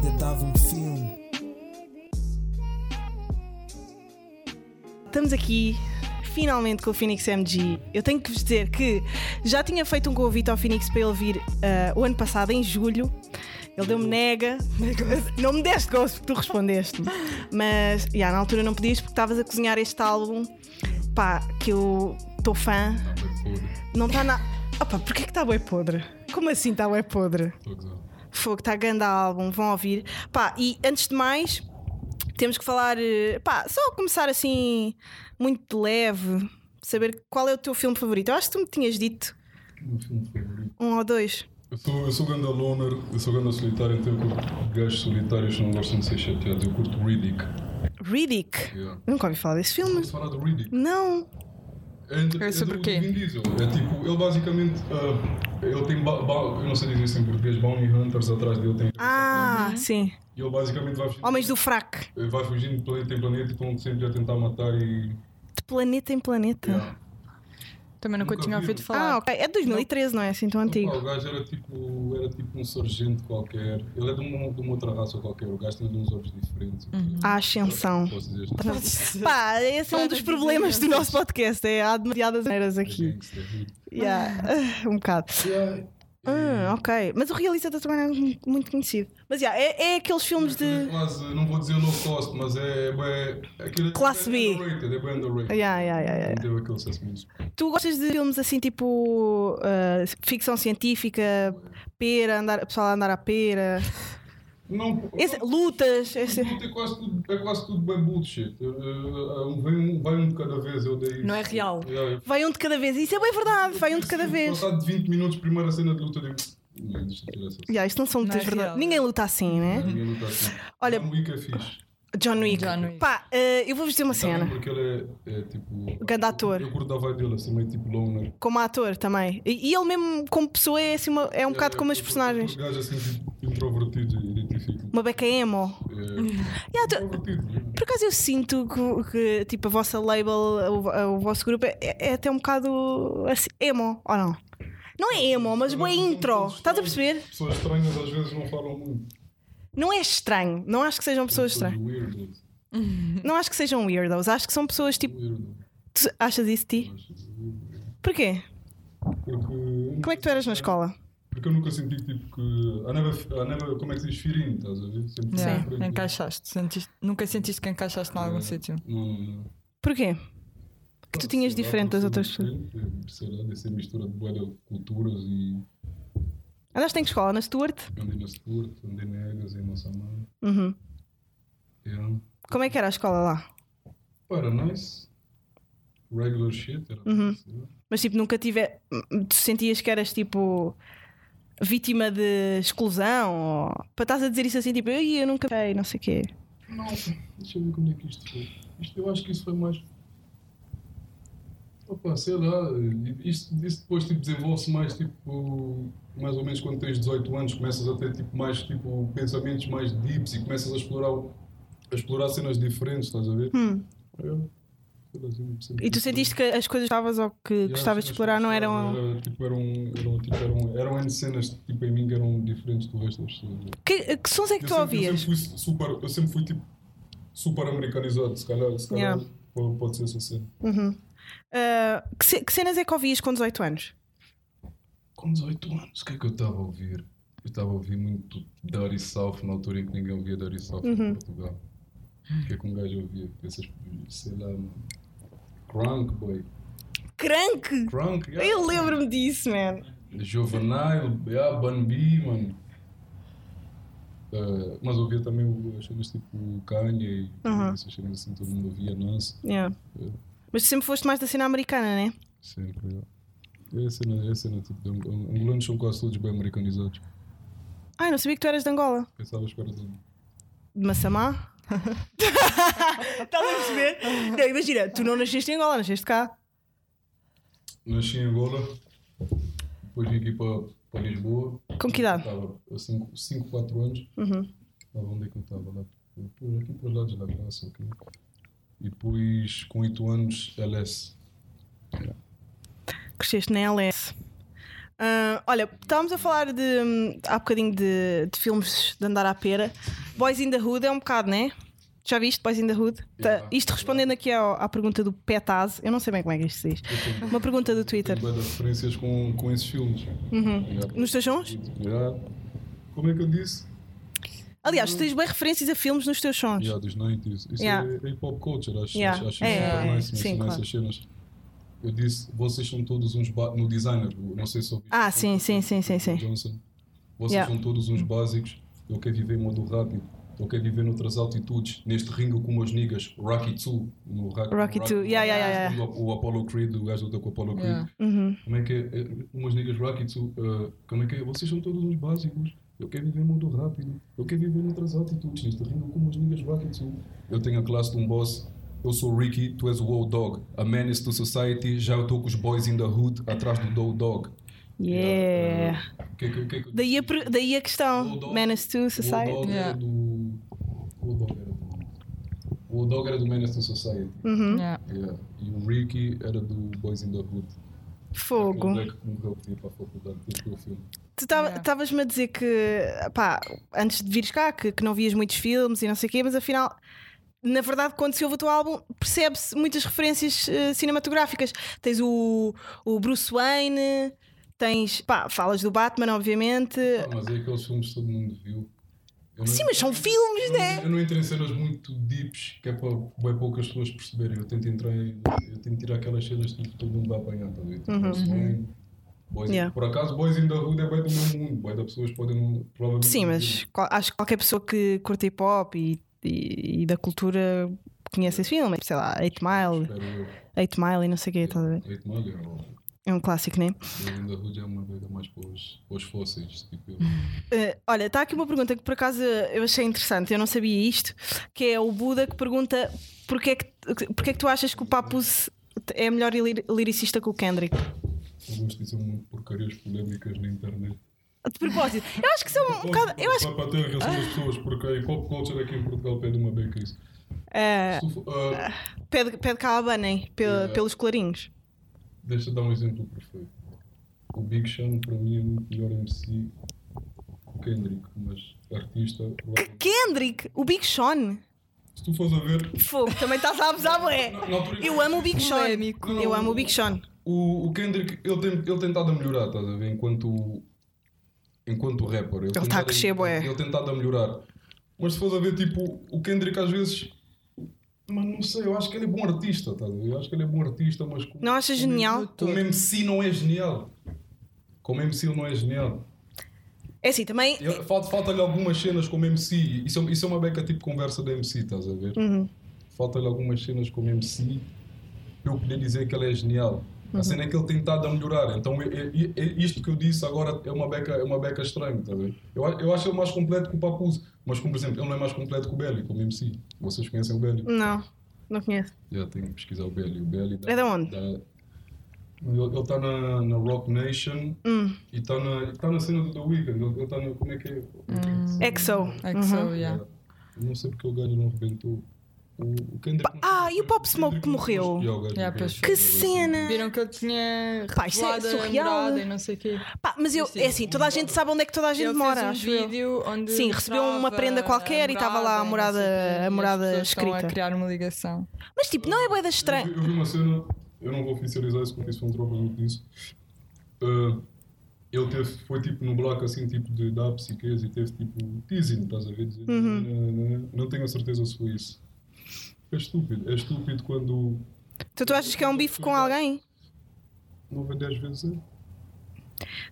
contava um filme. Estamos aqui finalmente com o Phoenix MG. Eu tenho que vos dizer que já tinha feito um convite ao Phoenix para ele vir ah, o ano passado, em julho. Ele deu-me nega, não me deste gosto porque tu respondeste. Mas já, na altura não podias porque estavas a cozinhar este álbum. Pá, que eu estou fã. Não está na. Opa, porquê que está bué podre? Como assim está bué podre? Fogo, está grande álbum, vão ouvir. Pá, e antes de mais, temos que falar, eh, pá, só começar assim, muito de leve, saber qual é o teu filme favorito. Eu acho que tu me tinhas dito um ou dois. Eu sou, eu sou ganda loner, eu sou ganda solitário, então eu curto gajos solitários que não gostam de ser chateados. Eu curto Riddick. Riddick. Yeah. Nunca ouvi falar desse Vamos filme. falar do Riddick. Não. É, entre- É sobre do- o quê? do Vin Diesel. É tipo, ele basicamente. ah, ele tem. ba- ba- eu não sei dizer isso em português, Bounty Hunters atrás dele. Tem, Ah, Oh, sim. E ele basicamente vai fugindo, Homens do Fraco. vai fugindo de planeta em planeta e estão sempre a tentar matar e. De planeta em planeta. Yeah. Também nunca, Nunca tinha vi. ouvido Ah, falar. ok. É de 2013, não é assim tão Pá, o antigo. gajo era tipo, era tipo um sargento qualquer. Ele é de uma, de uma outra raça qualquer. O gajo tem uns olhos diferentes. A ascensão. Posso dizer Tá isto? Pá, esse é um dos problemas do nosso podcast. É há demasiadas maneiras aqui. Gangster. Yeah, um bocado. Yeah. é, Hum. Ah, ok. Mas o realizador também não é muito conhecido. Mas yeah, é, é aqueles filmes de. Quase, não vou dizer low cost, mas é. é, bué- aquilo- Classe é B. Underrated, é bem underrated. Yeah, yeah, yeah, yeah. Não Deu aquele senso Tu gostas de filmes assim tipo ah, ficção científica, pera, andar, pessoal a andar à pera, Não, Esse- não, lutas, esse- é quase tudo, é quase tudo bem bullshit. Eh, eh, Vai um, vai um de cada vez, eu dei. Não é real. Yeah, eu- vai um de cada vez, isso é bem verdade, vai um de cada vez. Passado 20 minutos, primeira cena de luta, eu digo. "Não, Deixa eu tirar essa cena." Yeah, isto não são lutas é verdadeiras. real. Ninguém luta assim, né? Ninguém luta assim. Olha- John Wick é fixe. John Wick. John Wick. Pá, ah, eu vou vos dizer uma Também cena. Porque ele é, é tipo. Grande ator. Eu curto da vibe dele, assim, meio tipo loner. Como ator também. E, e ele mesmo, como pessoa, é, assim, uma- é um bocado como as Eu curto- personagens. eu curto Gajos assim, tipo, introvertidos, identifico. Uma Tá, beca emo. É, Yeah, tu- introvertido. Por acaso eu sinto que, que, tipo, a vossa label, o, o vosso grupo, é, é até um bocado assim, emo, ou não? Não é emo, mas boa intro. Estás a perceber? Pessoas estranhas às vezes não falam muito. Tipo, Não é estranho. Não acho que sejam pessoas estranhas. Weirdo. Não acho que sejam weirdos. Acho que são pessoas tipo. Weirdo. Tu achas isso de ti? Porquê? Porque. Como é que tu eras na escola? Porque eu nunca senti tipo que. I never, I never, como é que se diz? Firinho, estás a ver? Sempre Yeah, diferente. encaixaste. Sentiste- nunca sentiste que encaixaste em algum Hum. sítio. Não, não. Porquê? Que tu tinhas Sei lá, diferente das porque outras sou pessoas. diferente, Sei lá, deve ser mistura de boa de culturas e. Andaste em que escola? Na Stuart? Andei na Stuart, andei na Egas, em Massamã. Uhum. Yeah. Como é que era a escola lá? Pô, Era nice. Regular shit. Era nice, né? Mas tipo, nunca tive. Tu sentias que eras tipo. vítima de exclusão? Ou... Para estás a dizer isso assim, tipo, "Ei, eu nunca sei, não sei o quê. Não, deixa eu ver como é que isto foi. Isto, eu acho que isso foi mais. Opa, sei lá, isto, isto depois tipo, desenvolve-se mais tipo. Mais ou menos quando tens 18 anos, começas a ter tipo, mais tipo, pensamentos mais deeps e começas a explorar, o- a explorar cenas diferentes, estás a ver? Hum. Eu, sei lá, sempre- sempre- tipo, E tu sentiste que as coisas que estavas ou que E gostavas de acho que explorar não um- as pessoas eram. Era, tipo, eram, eram, tipo, eram, eram N cenas tipo, em mim que eram diferentes do resto das pessoas. né? Que, que sons é que Eu tu sempre- Eu ouvias? sempre fui super, eu sempre fui tipo super americanizado, se calhar, se calhar Yeah. po- pode ser essa cena. Uhum. Ah, que, ce- que cenas é que ouvias com 18 anos? Com 18 anos, o que é que eu estava a ouvir? Eu estava a ouvir muito Dirty South na altura em que ninguém ouvia Dirty South Uhum. em Portugal. O que é que um gajo ouvia? Essas, sei lá, mano. Crunk, boy. Crank! Crunk, yeah. Eu lembro-me disso, man. Juvenile, yeah, Bun B, mano. Eh, mas ouvia também o- as cenas tipo Kanye, e Uhum. essas cenas assim, todo mundo ouvia Nas. Yeah. Mas tu sempre foste mais da cena americana, né? Sempre. é. É a cena, é a cena tipo, de ang- ang- angolanos são quase todos bem americanizados. Ai, não sabia que tu eras de Angola. Pensavas que era um. tudo. De Massamá? Estás a perceber? Não, imagina, tu não nasceste em Angola, nasceste cá. Nasci em Angola, depois vim aqui para, para Lisboa. Com que idade? Estava a 5, 4 anos. Uhum. Estava onde é que eu estava? Lá, por aqui para os lados da graça. ok? E depois, com 8 anos, LS. Cresceste na LS. Ah, olha, estávamos a falar de hum, há bocadinho de, de filmes de andar à pera, Boys in the Hood é um bocado, né? Já viste Boys in the Hood? Tá- Yeah. Isto respondendo aqui ao- à pergunta do Petaz, eu não sei bem como é que isto se diz. Eu Uma pergunta do Twitter. tenho várias referências com, com esses filmes. Yeah. Uhum. Nos teus sons? Yeah. Como é que eu disse? Aliás, tu tens bem referências a filmes nos teus sons. Yeah, dos 90s. Isso Yeah. é, é pop culture, acho, Yeah. acho, acho É, super é, nice sim, mencionar claro. essas cenas. Eu disse, vocês são todos uns ba- no designer, não sei se ouviste. Ah, sim, sim, sim, sim, sim. Johnson. Vocês Yeah. são todos uns básicos. Eu quero viver em modo rápido. Eu quero viver noutras altitudes. Neste ringue com umas niggas. Rocky 2. No Rocky, Rocky no 2, yeah, yeah, yeah, quando O, o Apollo Creed, o gajo lutou com o Apollo Creed. Yeah. Uhum. Como é que é? É, Umas niggas Rocky 2. eh, como é que é? Vocês são todos uns básicos. Eu quero viver em modo rápido. Eu quero viver noutras altitudes. Neste ringue com umas niggas Rocky 2. Eu tenho a classe de um boss. Eu sou o Ricky, tu és o old dog. A menace to society. Já eu estou com os boys in the hood atrás do old dog. Yeah. Eh, o que é que- o que é que- Daí a, per- daí a questão. Menace to o Society. Dog Yeah. era do. O Dog era do. O Dog era do Menace to Society. Uhum. Yeah. Yeah. E o Ricky era do Boys in the Hood. Fogo. O moleque que morreu tipo, que ia para a faculdade depois do filme. Tu Yeah. estavas-me a dizer que, pá, antes de vires cá, que, que não vias muitos filmes e não sei o quê, mas afinal, na verdade, quando se ouve o teu álbum, percebe-se muitas referências eh, cinematográficas. Tens o, o Bruce Wayne, tens, pá, falas do Batman, obviamente. Ah, mas é aqueles filmes que todo mundo viu. Eu não- Sim, mas são filmes, eu né? não- Eu não entrei em cenas muito deeps, que é para bem poucas pessoas perceberem. Eu tento entrar em. Eu tento tirar aquelas cenas que todo mundo vai apanhar, tá a ver? Tipo, Bruce Wayne, Boys in- Uhum, Yeah. Por acaso, Boys in the Hood é bem do meu mundo. Bem das pessoas podem não. provavelmente Sim, não mas qual- acho que qualquer pessoa que curte hip hop e, e- e da cultura conhece esse filme. Sei lá, 8 viram. Mile, Espero eu. 8 Mile e não sei o quê, estás a ver? Eight Mile é o- É um clássico, né? Além da Hood é uma beca mais para os, para os fósseis. Tipo, eu- Eh, olha, está aqui uma pergunta que por acaso eu achei interessante, eu não sabia isto, que é o Buda que pergunta porque é que, porque é que tu achas que o Papus é melhor lir- lyricista que o Kendrick? eu gosto de dizer muito porcarias polémicas na internet. De propósito, eu acho que são um bocado. Eu acho Ah. Só para ter a reação das pessoas, porque aí pop culture aqui em Portugal pede uma beca isso. eh, Se tu for- ah, pede, pede que a abanem pe- Yeah. pelos clarinhos. deixa eu dar um exemplo perfeito. O Big Sean para mim é muito melhor MC que o Kendrick, mas artista. Que provavelmente- Kendrick, o Big Sean, Se tu fores a ver, fogo, também estás a abusar, bué. na- na altura- Eu amo o Big Sean. Polémico. Eu amo o Big Sean. O, o Kendrick, ele tem, ele tem estado a melhorar, estás a ver? Enquanto, enquanto rapper. Ele, tem tá a estado crescer, bué. Ele tem estado a melhorar. Mas se fores a ver, tipo, o Kendrick às vezes. Mas não sei, eu acho que ele é bom artista, estás a ver? Eu acho que ele é bom artista, mas. com- Não achas genial? Como MC não é genial. Como MC ele não é genial. É assim, também. Ele- falta- Falta-lhe algumas cenas como MC. Isso, é- isso é uma beca tipo conversa da MC, estás a ver? Uhum. falta-lhe algumas cenas como MC para eu poder dizer que ele é genial. Uhum. A cena é que ele tem estado a melhorar. Então, é- é- é- isto que eu disse agora é uma beca, é uma beca estranha, tá bem? Eu, a- eu acho ele mais completo que o Papuso, mas, como, por exemplo, ele não é mais completo que o Belly, como MC. Vocês conhecem o Belly? Não, não conheço. Já tenho que pesquisar o Belly. O Belly É da onde? da- ele está na, na Rock Nation Hum. e está na, e tá na cena do The Weeknd. Ele está na. Como é que é? Hum. EXO. É que sou, yeah. Eu não sei porque o gajo não rebentou. O, o Kendrick não- Ah, e o Pop Kendrick Smoke não que morreu? fosse- Yeah, o gajo Yeah, morreu. pois foi. Que cena! Viram que ele tinha Pá, isso é revelado a surreal. namorada e não sei o quê. Pá, mas eu, Sim, é assim, toda a gente sabe onde é que toda a gente ele mora, fez um acho eu. vídeo onde Sim, recebeu mostrava uma prenda qualquer e estava lá a morada e não morada- sei o quê, a e as morada pessoas Estão escrita. a criar uma ligação. Mas tipo, não é boeda Eu estranha. vi- Eu vi uma cena, eu não vou oficializar isso porque isso foi um troco muito disso. Ah, ele teve, foi tipo no bloco assim, tipo de da psiquez e teve tipo teasing, estás a ver? Dizer, Uhum. "Não, não, Não tenho a certeza se foi isso. É estúpido, é estúpido quando Então tu achas que é um bife com alguém? 9 a 10 vezes é.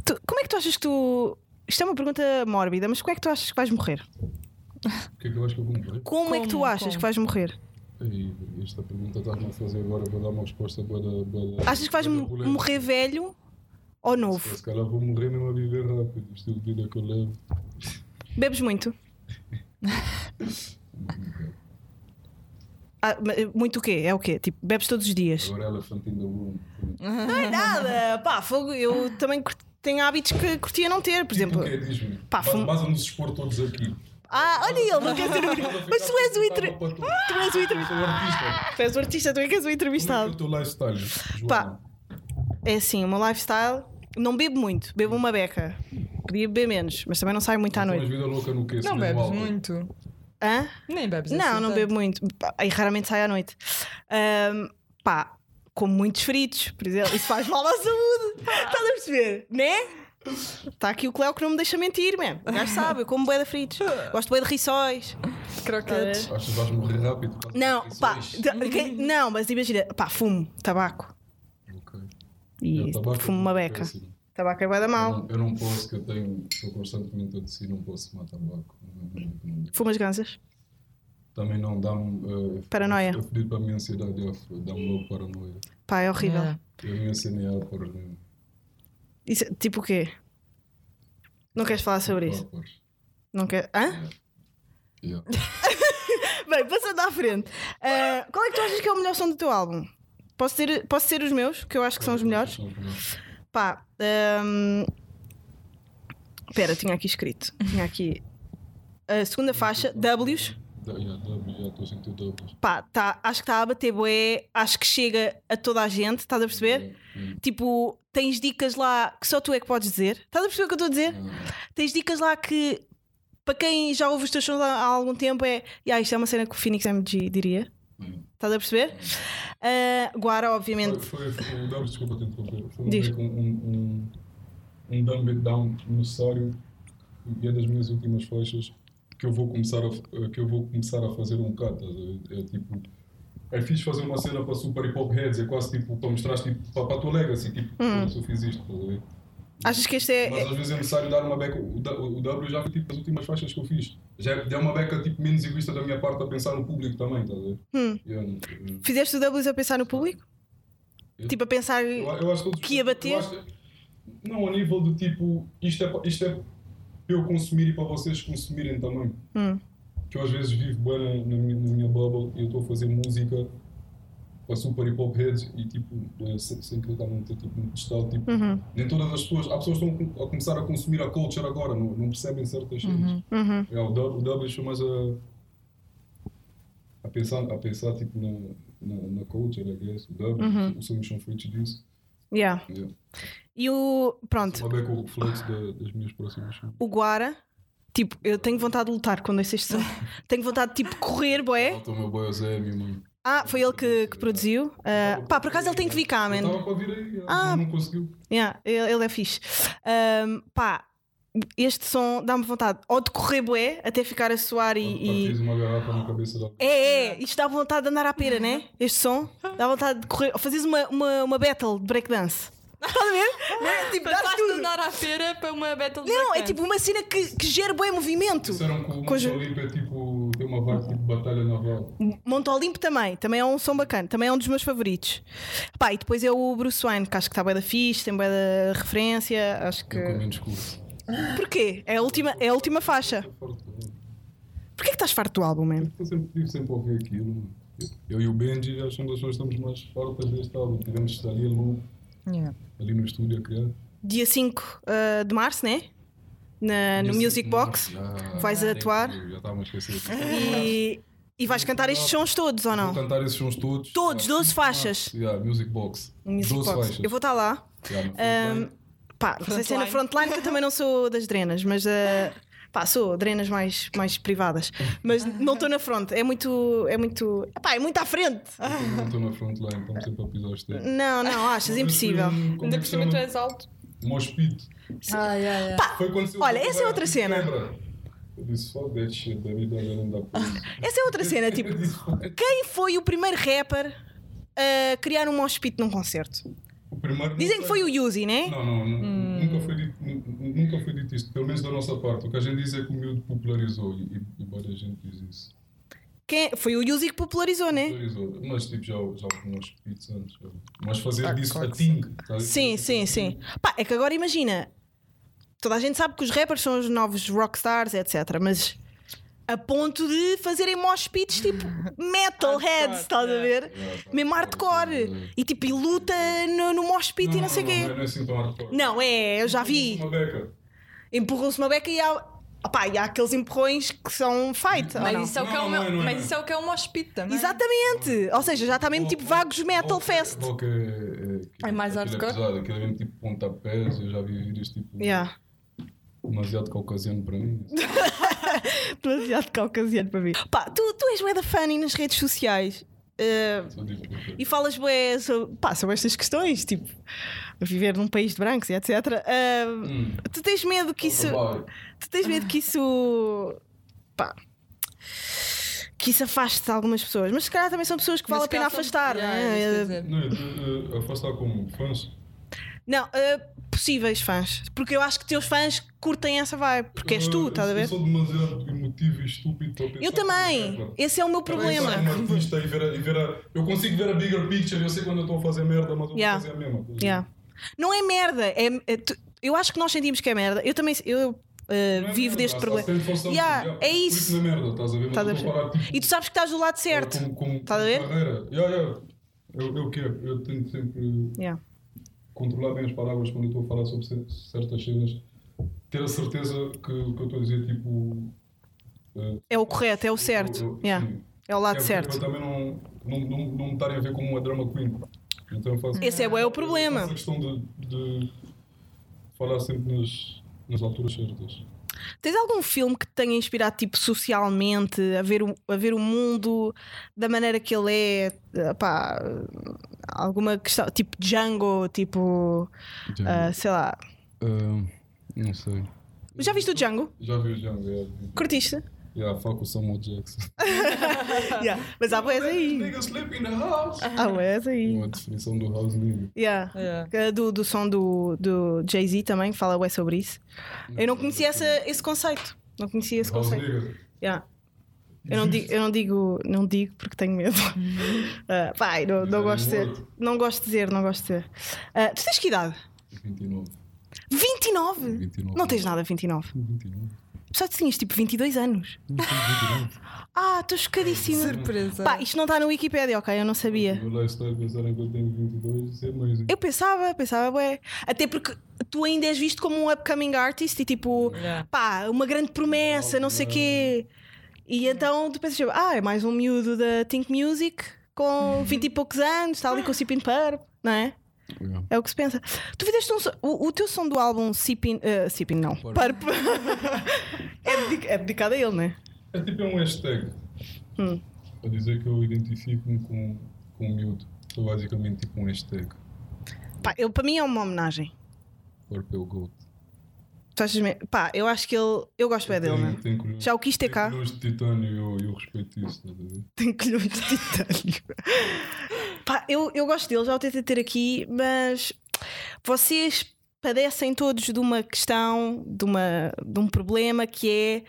Tu- como é que tu achas que tu. Isto é uma pergunta mórbida, mas como é que tu achas que vais morrer? O que é que eu acho que eu vou morrer? Como, é que tu Como, achas como? que vais morrer? Ei, esta pergunta estás-me a fazer agora, vou dar uma resposta boa da. bué da- Achas que vais bué da mo- polêmica. morrer velho ou Se novo? esse cara vou morrer mesmo a viver rápido, o estilo de vida que eu levo. Bebes muito? Ah, ma- muito o quê? É o quê? Tipo, bebes todos os dias? Agora é ela in the room. Não é nada! Pá, fogo, eu também cur- tenho hábitos que curtia não ter, por exemplo. Tipo o quê? Diz-me. Pá, Basta- fum- Basta-nos expor todos aqui. Ah, olha ele, não quer ser o. Mas tu és o inter- Ah, Para tu. Tu és o Eu entrevistado. sou um artista. Tu és o artista, tu é que és o Como é que é o entrevistado. teu lifestyle, Joana? Pá. É assim, o meu lifestyle. Não bebo muito, bebo uma beca. Podia beber menos, mas também não saio muito tá à Tu tens noite. Então, vida louca no quê? Se Não no bebes álcool? muito. Hã? Nem é bebes assim Não, não tanto. bebo muito. Pá, E raramente saio à noite. Ahm, pá, como muitos fritos, por exemplo. Isso faz mal à saúde. Estás a perceber? Né? Está aqui o Cleo que não me deixa mentir, mesmo. O gajo sabe, eu como bué de fritos. Gosto bué de rissóis. Croquetes. Acho que vais morrer rápido. é por causa Não, disso. pá. Ixi, de- quem- não, mas imagina. Pá, fumo, tabaco. ok. E Eu tabaco, assim. fumo uma eu beca. péssimo. Tabaco é bué da Eu mal. não, eu não posso, que eu tenho, estou constantemente a descer, não posso fumar tabaco. Não, não, não. Fumas ganzas. Também não dá-me. eh, Paranoia. Eu fui para a minha ansiedade, eu fui- dá-me logo paranoia. Pá, é horrível. É. Eu me ensinei a por. eh, Isso é- tipo o quê? Não queres falar sobre isso? por- Não quer... Hã? Yeah. Bem, passando à frente. ah, qual é que tu achas que é o melhor som do teu álbum? Posso ter, posso ter os meus, que eu acho que são os melhores? Pá. ahm, Espera, tinha aqui escrito. Tinha aqui. A segunda faixa, W's. Da- yeah, W, yeah, estou a sentir W. Pá, tá, acho que está a bater bué. Acho que chega a toda a gente. Estás a perceber? Hum, Tipo, tens dicas lá que só tu é que podes dizer. Estás a perceber o que eu estou a dizer? ah, Tens dicas lá que, para quem já ouve os teus sons há há algum tempo, é. Yeah, isto é uma cena que o Phoenix MG diria. hum. Estás a perceber? Ah, Guara, Foi, obviamente. foi, foi, o W, desculpa te interromper. Foi um, Diz. break, um, um, um, um dumb down necessário e é das minhas últimas faixas que eu vou começar a, eh, que eu vou começar a fazer um bocado. estás a ver? É tipo. É fixe fazer uma cena para super hip hop heads, é quase tipo para mostrar tipo, para, para a tua legacy, tipo, Hum. se eu fiz isto, estás a ver? Achas que este Mas é. às vezes é necessário dar uma beca. O da- o W já foi tipo as últimas faixas que eu fiz. Já é- deu uma beca tipo menos egoísta da minha parte a pensar no público também, estás a ver? Hum. Eu, eu- Fizeste o W's a pensar no público? Eu? Tipo, a pensar. eu acho todos- Que ia bater? eu acho- não, a nível de tipo, isto é, pa- isto é para eu consumir e para vocês consumirem também. Hum. Que eu às vezes vivo bem na, na minha, na minha bubble e eu estou a fazer música para super hip hop heads e tipo, eh, sem, sem querer estar muito tipo, muito testado, tipo, Uhum, nem todas as pessoas, há pessoas que estão com- a começar a consumir a culture agora, não, não percebem certas coisas. uhum. É, o W, o W foi mais a, a pensar, a pensar tipo, na, na, na culture, I guess. O W, Uhum. os sonhos são feitos disso. Yeah. Yeah. E o. Pronto, Sabe é que o reflexo da- das minhas próximas chamas. o Guara. Tipo, eu tenho vontade de lutar quando ouço este som. tenho vontade de tipo correr, boé. Falta o meu boy ao Zé, meu mano. Ah, foi ele que, que produziu. Ah, pá, por acaso ele tem que vir cá, man. Estava para vir aí, Ah. não conseguiu. Yeah, ele, ele é fixe. Ahm, pá, este som dá-me vontade ou de correr bué até ficar a soar e. Fiz e- uma garrafa na cabeça da. É, é, isto dá vontade de andar à pera, né? Este som dá vontade de correr, ou fazeres uma, uma, uma battle de breakdance. Estás a ver? Né? Tipo, dá Basta tudo. andar à feira para uma battle de Não, é breakdance. tipo uma cena que, que gera bué movimento. Disseram que o Conju- Monte Olimpo é tipo. tem uma vibe tipo batalha naval. Monte Olimpo também, também é um som bacana, também é um dos meus favoritos. Pá, e depois é o Bruce Wayne, que acho que está bué da fixe, tem bué da referência, acho que. É Eu com menos curso. Porquê? É a última, é a última faixa. Porquê que estás farto do álbum, mesmo? Eu sempre tive sempre a ouvir aquilo. mano. Eu e o Benji acho que é uma das pessoas que estamos mais fartas deste álbum. Tivemos de estar ali, no- Yeah. ali no estúdio a criar. dia 5 uh, de março, né? Na, no Esse- Music Box. Ah, Vais tem atuar? que- Já estava a esquecer. E, e vais cantar estes sons todos ou né? Vou não? cantar esses sons todos. Todos, Ah, 12 faixas. Yeah, Music Box. Music 12 Box. faixas. Eu vou Ah, estar lá. Yeah, no Ahm, frontline. pá, não sei se é na frontline, que eu também não sou das drenas, mas. ah, Pá, sou drenas mais, mais privadas, mas não estou na frente, é muito. É muito. Epá, é muito à frente! Eu não estou na frontline, estamos sempre a pisar os eh, tempos. Não, não, achas? Impossível. é Ainda por cima tu és alto. Mospito. Ah, yeah, yeah. Foi quando se- Olha, essa é outra cena. Lembra? Eu disse, fuck that shit, da vida já não dá para isso." Essa é outra cena, tipo, Eu disse, "Fuck that." quem foi o primeiro rapper a criar um moshpit num concerto? O primeiro. não Dizem que sei. foi o Yuzi, né? Não, não, não, nunca, foi dito, nu- nu- nunca foi dito isto, pelo menos da nossa parte. O que a gente diz é que o miúdo popularizou e, e, e boa da gente diz isso. Quem, foi o Yuzi que popularizou, né? Popularizou. Nós, tipo, já, já ouvimos pizza antes. Mas fazer disso a Ah, claro que ting. tá? Sim, sim, sim. Pá, é que agora imagina. Toda a gente sabe que os rappers são os novos rockstars, etc. Mas a ponto de fazerem mosh pits tipo metalheads, Hardcore, estás a ver? yeah. Mesmo hardcore. E tipo, e luta no, no mosh pit e não sei o Não, quê. não é assim tão hardcore. Não, é, eu já vi. Uma beca. Empurram-se uma beca e há, opá, e há aqueles empurrões que são fight. ou não? Mas isso é o que é o Não, não é, não meu- é, mas não é. isso é o que é um mospito também. Exatamente. Ou seja, já está mesmo tipo vagos metal fest. Rock é, é, É mais hardcore? Pesado, aquilo é mesmo tipo pontapés, eu já vi vídeos tipo Yeah. demasiado caucasiano para mim. Demasiado caucasiano para mim. Pá, tu, tu és bué da funny nas redes sociais. Eh, Só digo porque- e falas bué sobre, pá, sobre estas questões, tipo, viver num país de brancos e etc. Eh, Hum, tu tens medo que isso. vai. Tu tens medo que isso. pá. que isso afaste de algumas pessoas. Mas se calhar também são pessoas que vale a pena afastar. não é? Não, eu- eu- eu afastar como fãs. Não, eh, possíveis fãs. Porque eu acho que teus fãs curtem essa vibe. Porque és Eu- tu, estás a Eu ver? sou demasiado emotivo e estúpido para pensar. Eu também. como é, Esse é o meu pá. Pensar problema. como artista e ver a- e ver a- Eu consigo ver a bigger picture, eu sei quando eu estou a fazer merda, mas eu Yeah. vou fazer a mesma. estás a ver? Yeah. Não é merda. É, é tu- eu acho que nós sentimos que é merda. Eu também. Eu eh, Não é vivo merda, deste há- há problema. sempre função, Yeah, yeah. é Por isso. não é merda, estás a ver? Mas Estás a eu estou ver? a parar, tipo, E tu sabes que estás do lado certo. Como, como, Estás a ver? Carreira. Yeah, yeah. Eu, eu quero, eu tento sempre Yeah. controlar bem as palavras quando eu estou a falar sobre cer- certas cenas, ter a certeza que o que eu estou a dizer, tipo. eh, É o correto, é o eu- certo. eu- Yeah. sim. É o É lado porque certo. Para também não, não, não, não me estarem a ver como uma drama queen. Então eu faço. Esse é bué o problema. Essa questão de, de falar sempre nas, nas alturas certas. Tens algum filme que te tenha inspirado, tipo, socialmente, a ver o, a ver o mundo da maneira que ele é? Eh, Pá, alguma questão, tipo Django, tipo, Uhum. ah, sei lá. não sei. Já viste o Django? Já vi o Django, é. Curtiste? Yeah, fuck o Samuel Jackson. Yeah. Mas há boés aí. Niggas sleep in the house. Há boés aí. Uma definição do house nigga. Yeah. É. Eh, Do, do som do, do Jay-Z também, que fala ué sobre isso. Eu não conhecia essa- esse conceito. Não conhecia esse House conceito. nigga. Yeah. Eu não digo, eu não digo, não digo porque tenho medo. Ah, pai, não, não gosto de dizer. Não gosto de dizer, não gosto de dizer. Ah, tu tens que idade? 29. 29? 29. Não tens nada, 29. 29. Só que tinhas tipo 22 anos. Não tenho 29. Ah, estou é. chocadíssima. Surpresa. Pá, isto não está no Wikipedia, ok? Eu não sabia. O meu lifestyle pensarem que eu tenho 22, isso é amazing. Eu pensava, pensava, ué. Até porque tu ainda és visto como um upcoming artist e tipo, Yeah. pá, uma grande promessa, não sei o quê. E então tu pensas, tipo, ah, é mais um miúdo da Think Music com 20 e poucos anos, está ali com o Sipin Purp, não é? Yeah. É o que se pensa. Tu fizeste um. so- O, o teu som do álbum Sipin. eh, Sipin não. Purp. Purp. é, dedic- é dedicado a ele, não é? É tipo um hashtag. Hum. Para dizer que eu identifico-me com, com o miúdo. Sou basicamente tipo um hashtag. Pá, ele para mim é uma homenagem. Purple Goat. Tu achas mesmo? Pá, eu acho que ele. Eu gosto bem dele, não é? Tem- tem colhões- Já o quis ter tem cá. Hum. colhões de titânio e eu, eu respeito isso. estás a ver? Tem colhões de titânio. Pá, eu, eu gosto dele, já o tentei ter aqui, mas vocês padecem todos de uma questão, de, uma, de um problema que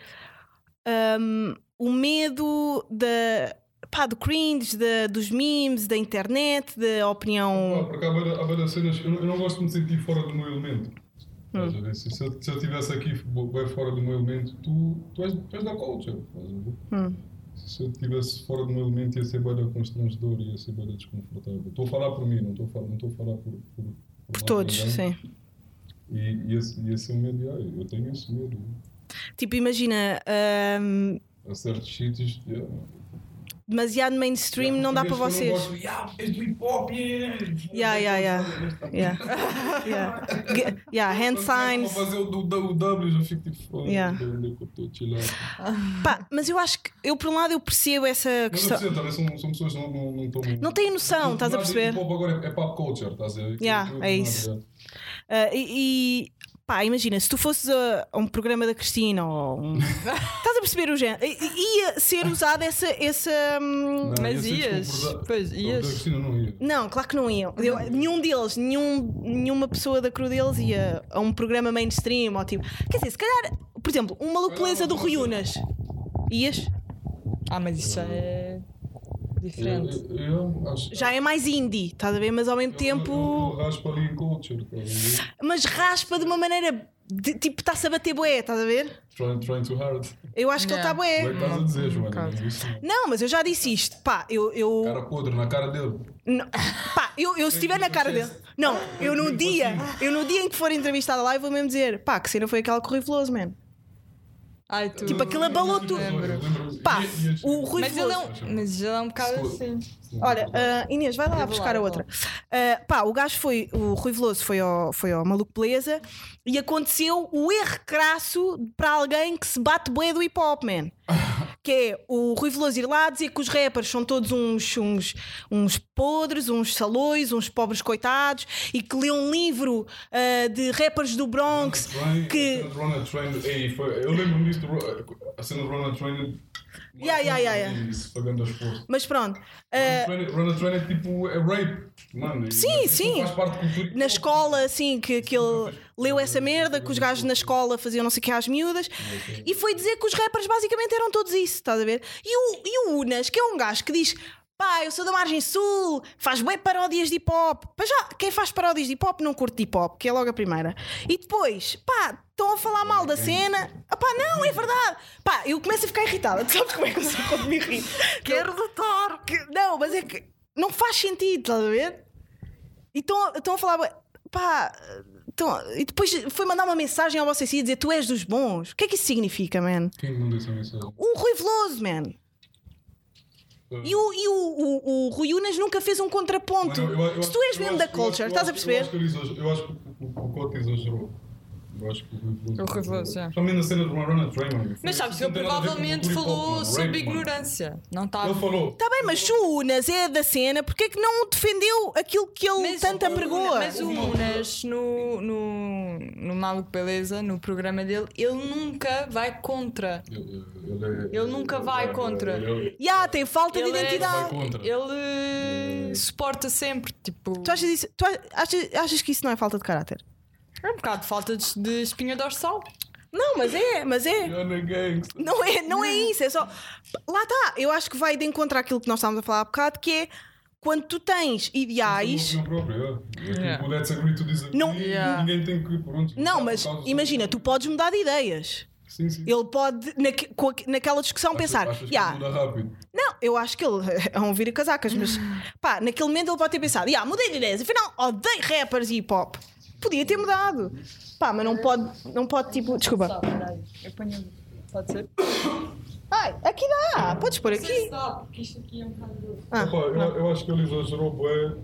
é hum, o medo da. Pá, do cringe, da- dos memes, da internet, da Pá, opinião. Ah, porque há bué- há bué das cenas, eu, não- eu não gosto de me sentir fora do meu elemento. Hum. Estás a ver? Se, se eu se eu estivesse aqui bo- bué fora do meu elemento, tu, tu, és, tu és da culture. estás a ver? Hum. Se eu estivesse fora do meu elemento, ia ser bué da constrangedor, ia ser bué da desconfortável. Estou a falar por mim, não estou a falar, não estou a falar por, por, por Por mais todos, ninguém. sim. E ia, ia ser um medo, ah, eu tenho esse medo. Tipo, imagina, hum, Há certos sítios. é, Yeah. demasiado mainstream não dá para Porque eu não gosto, vocês. Yeah, és do hip hop, yeah. é Yeah, yeah, yeah. Yeah. yeah. G- yeah, hand Quando começam a signs. fazer o do- do- o W, eu fico tipo, foda-se, Yeah. onde é que eu estou chilado? Pá, mas eu acho que eu por um lado eu percebo essa Mas eu questão. percebo, também são, são pessoas que não estão. Não, não, tão- Não têm noção, Não, estás a nada de perceber? hip-hop agora é, é pop culture, estás a ver? Aquilo- Yeah, aquilo é nada, isso. yeah. Ah, e, e, pá, imagina, se tu fosses a, a um programa da Cristina ou um. estás a perceber o género? I- Ia ser usada essa. essa hum, Não, Mas ia ser ias? desconfortável. Pois, Eu- ias? da Cristina não ia. Não, claro que não iam. Eu- nenhum deles, nenhum, nenhuma pessoa da crew deles ia a um programa mainstream ou tipo. Quer dizer, se calhar, por exemplo, um maluqueleza do Rui Unas. Ias? Ah, mas isso já é diferente. Eu, eu acho. Já é mais indie, estás a ver? Mas ao mesmo eu- tempo. Eu, eu raspo ali em culture, estás a ver? mas raspa de uma maneira de- tipo, está-se a bater boé, estás a ver? Trying, trying too hard. Eu acho que ele Yeah. está Como é boé. que estás a dizer, Joana? bocado. Não é isso? Não, mas eu já disse isto. Pá, eu. eu Cara podre na cara dele. não- pá, eu, eu se estiver na cara dele. Não, eu no dia, eu no dia em que for entrevistada lá, eu vou mesmo dizer, pá, que cena foi aquela com o Rui Veloso, man. Ai, tu. Tipo, aquele abalou tudo. um Eu lembro- Pá, Ia- ia- o Rui Mas ele, é Veloso. um, mas ele é um bocado assim. Se Olha, ah, Inês, vai lá Eu vou buscar lá, a eu outra. Ah, pá, o gajo foi, o Rui Veloso foi ao, foi ao Maluco Beleza e aconteceu o erro crasso para alguém que se bate bué do hip hop, man. Que é o Rui Veloso ir lá dizer que os rappers são todos uns, uns, uns podres, uns salões, uns pobres coitados e que lê um livro ah, de rappers do Bronx que. é Ronald Train. Ei, foi- eu lembro-me disso. do Ro- A cena do Ronald Train. Yeah, yeah, yeah, yeah. Isso, pagando as forças. Mas pronto, ah, Ronald Train- Ronald Train é tipo. É rape. Mano, Sim, isso sim. Faz parte do cultura. na escola, assim, que, que ele leu essa merda, que os gajos na escola faziam não sei o que às miúdas, e foi dizer que os rappers basicamente eram todos isso, estás a ver? E o, e o Unas, que é um gajo que diz. Pá, eu sou da margem sul, faz bem paródias de hip hop. Pá, já, quem faz paródias de hip hop não curte hip hop, que é logo a primeira. E depois, pá, estão a falar mal da cena. Ah, pá, não, é verdade. Pá, eu começo a ficar irritada. Tu sabes como é que eu sou quando me irrito? Quero lutar. Que... Não, mas é que não faz sentido, estás a ver? E estão estão a falar, bué, então pá. estão- e depois foi mandar uma mensagem ao vosso e dizer: Tu és dos bons. O que é que isso significa, man? Quem mandou essa mensagem? O Rui Veloso, man. E o, e o, o, o Rui Unas nunca fez um contraponto. Mano, eu- eu- eu Se tu és acho- mesmo eu da acho- eu acho- culture, eu estás a acho- Eu perceber? acho que, ele exagerou. eu acho que o, o, o Cota exagerou. Eu acho que o Rui Veloso. O Rui Veloso, exagerou. é. Principalmente na cena do Ronald Train. mano. Foi- Mas sabes, isso ele não tem nada a ver com provavelmente cultura hip hop, falou mano. sobre Rape, mano. ignorância. Não tá. estava. Ele falou. Está Tá bem, mas se o Unas é da cena, porque é que não defendeu aquilo que Hum, ele tanto apregoa? Mas o Unas, no, no, no Maluco Beleza, no programa dele, ele nunca vai contra. Ele, ele, é- Ele nunca vai é- contra. ele- Ya, ah, tem falta de Ele é- vai identidade. contra. Ele eh, suporta sempre, tipo. Tu, achas isso, tu a- achas, achas que isso não é falta de caráter? É um bocado de falta de, de espinha dorsal. Não, mas é, mas é. Ele é gangster. Não é, não é isso, é só. Lá está, eu acho que vai de encontro àquilo que nós estávamos a falar há bocado, que é quando tu tens ideais. Opinião própria, um é. É tipo, Yeah. let's agree to disagree, Não- Yeah. Ninguém tem que. Pronto, Não, por mas causa do- imagina, tu podes mudar de ideias. Sim, sim. Ele pode, naque- com aque- naquela discussão, Achas- pensar. achas que "Ya, muda rápido. não, eu acho que ele é um vira casacas, mas pá, naquele momento ele pode ter pensado, yeah, mudei de ideias, afinal odeio rappers e hip hop. Podia ter mudado. Pá, mas não pode, não pode tipo. Desculpa. Eu ponho. Pode ser? Ai, aqui dá, podes pôr aqui. porque isto aqui é um bocado. Ah, Opa, eu, eu acho que ele exagerou bué.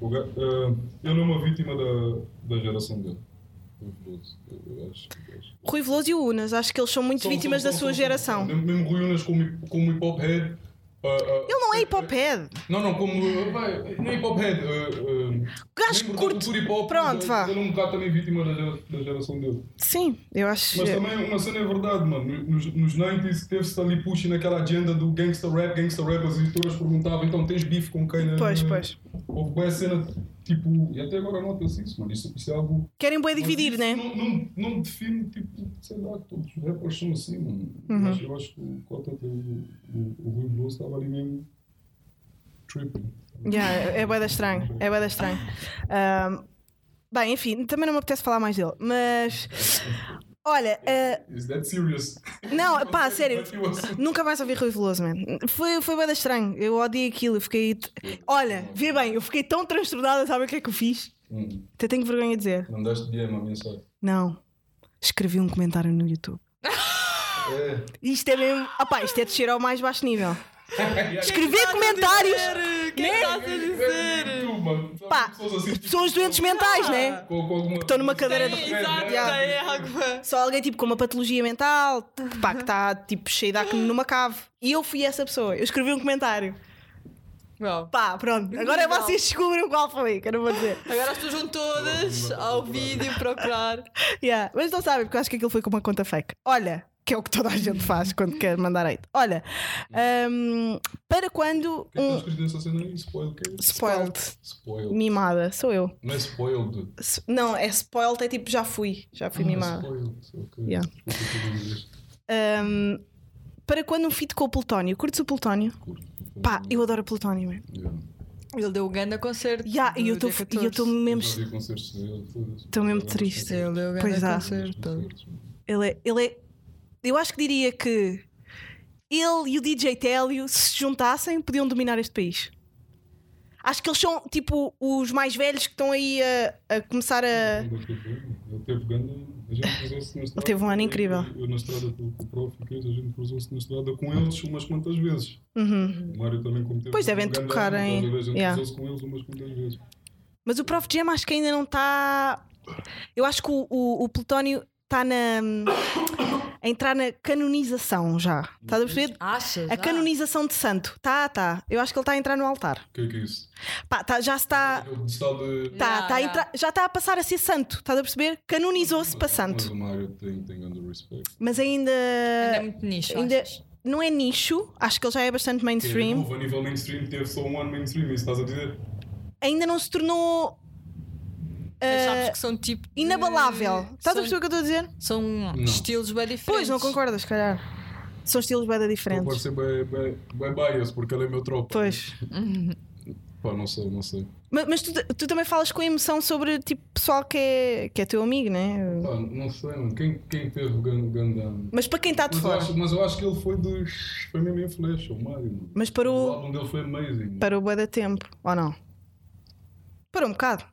O ga- eh, ele é uma vítima da, da geração dele. O Veloso, eu- eu acho que- eu acho que- Rui Veloso e o Unas, acho que eles são muito São- vítimas são- da são- sua são- geração. Mesmo mesmo Rui Unas como, como hip hop head. ah, ah, Ele não é hip hop head. Não, não, como. eh, vai, não é hip hop head. eh, Gajo que curte. Hip -hop, Pronto, vá. Ele é um bocado também vítima da, gera- da geração dele. Sim, eu acho. Mas também uma cena é verdade, mano. Nos, nos 90s teve-se ali push naquela agenda do gangster rap, gangster rap, as editoras perguntavam então tens bife com quem? né? Pois, pois. Houve boa cena, tipo, e até agora nota-se isso, mano. Isso, isso é algo. Querem bem mas dividir, isso né? Não, não, não define, tipo, sei lá, todos os rappers são assim, mano. Uhum. Eu, acho, eu acho que o Cota, o, o, o Rui Veloso estava ali mesmo. tripping. Yeah, é boeda estranho. É boeda estranho. Ahm, bem, enfim, também não me apetece falar mais dele. Mas. Olha, ah, Is that serious? não, Oh, pá, sério. Mas eu acho- Nunca mais ouvi Rui Veloso, man. Foi, foi bem estranho. Eu odiei aquilo. Eu fiquei. Olha, vê bem, eu fiquei tão transtornada, sabe o que é que eu fiz? Hum, Até tenho vergonha de dizer. Mandaste DM a mensagem. Não. Escrevi um comentário no YouTube. É. Isto é mesmo. Ah, pá, isto é descer ao mais baixo nível. Escrever comentários. né? O que é que estás a dizer? Tu, mano. sabe, Pá, pessoas assim, tipo, pessoas doentes mentais, né? com, com alguma. é. Estão numa cadeira de. Tem, Exato, tem água. Só alguém tipo com uma patologia mental, pá, que está tipo cheio de acne numa cave. E eu fui essa pessoa. Eu escrevi um comentário. Well, Pá, pronto. Agora Legal. vocês descobrem qual foi, que eu não vou dizer. agora as pessoas vão todas ao vídeo procurar. Yeah, Mas não sabem, porque eu acho que aquilo foi com uma conta fake. Olha, que é o que toda a gente faz quando quer mandar hate. Olha, hum, para quando O que é que estás um. escrito nessa cena aí? Spoiled, que é? Spoiled. Spoiled. Mimada, sou eu. Não é spoiled. S- Não, é spoiled, é tipo já fui. Já fui mimada. Ah, Spoiled, ok. Yeah. O que é que eu vou dizer? Hum, para quando um fit com o Plutónio. Curtes o Plutónio? Curto. Pá, eu adoro o Plutónio, man. Yeah. Ele deu o grande concerto. Yeah, e do eu estou dia e eu estou 14. Eu mesmo. já vi concertos dele, todos. Estou mesmo Eu já vi triste. Ele deu o grande Pois é. há. concerto. concertos. Ele é, ele é. Eu acho que diria que ele e o DJ Télio, se se juntassem, podiam dominar este país. Acho que eles são tipo os mais velhos que estão aí a, a começar a. Ele teve grande. Ele A gente cruzou-se na estrada. teve um ano eu- incrível. Eu, na estrada com, com o prof e coisa, a gente cruzou-se na estrada com eles umas quantas vezes. Uhum. O Mário também cometeu. Hum. Pois um devem grande tocar erro, em- estás a ver? A gente Yeah. cruzou-se com eles umas quantas vezes. Mas o Prof. Jam acho que ainda não está. Eu acho que o, o- o Plutónio está na. a entrar na canonização já. Estás a perceber? Achas? Ah, A canonização de santo. Tá, tá. Eu acho que ele está a entrar no altar. O que é que é isso? Pá, tá- já se está. É o pedestal de. Tá, Yeah, tá a yeah. entrar- já está a passar a ser santo, estás a perceber? Canonizou-se para santo. Mas o Mário tem, tem grande respeito. Mas ainda. Ainda é muito nicho. ainda- achas? Não é nicho, acho que ele já é bastante mainstream. Houve a nível mainstream, teve só um ano mainstream, isso estás a dizer? Ainda não se tornou Mas sabes que são tipo. de- é, eh, inabalável. Estás a são- perceber o que eu estou a dizer? São estilos bem diferentes. Pois, não concordas, se calhar. São estilos bem Não pode diferentes. ser bem, bem, bem bias, porque ele é meu tropa. Pois. Pá, não sei, não sei. Mas, mas tu, tu também falas com emoção sobre tipo pessoal que é, que é teu amigo, né? Pá, não sei, mano. Quem, quem teve o Gan- Gundam? Mas para quem está de Mas eu, fora, acho, mas eu acho que ele foi de. Foi mesmo em flecha, o Mário. mano. mas O parou, álbum dele foi amazing. parou bué da tempo, ou não? Parou um bocado.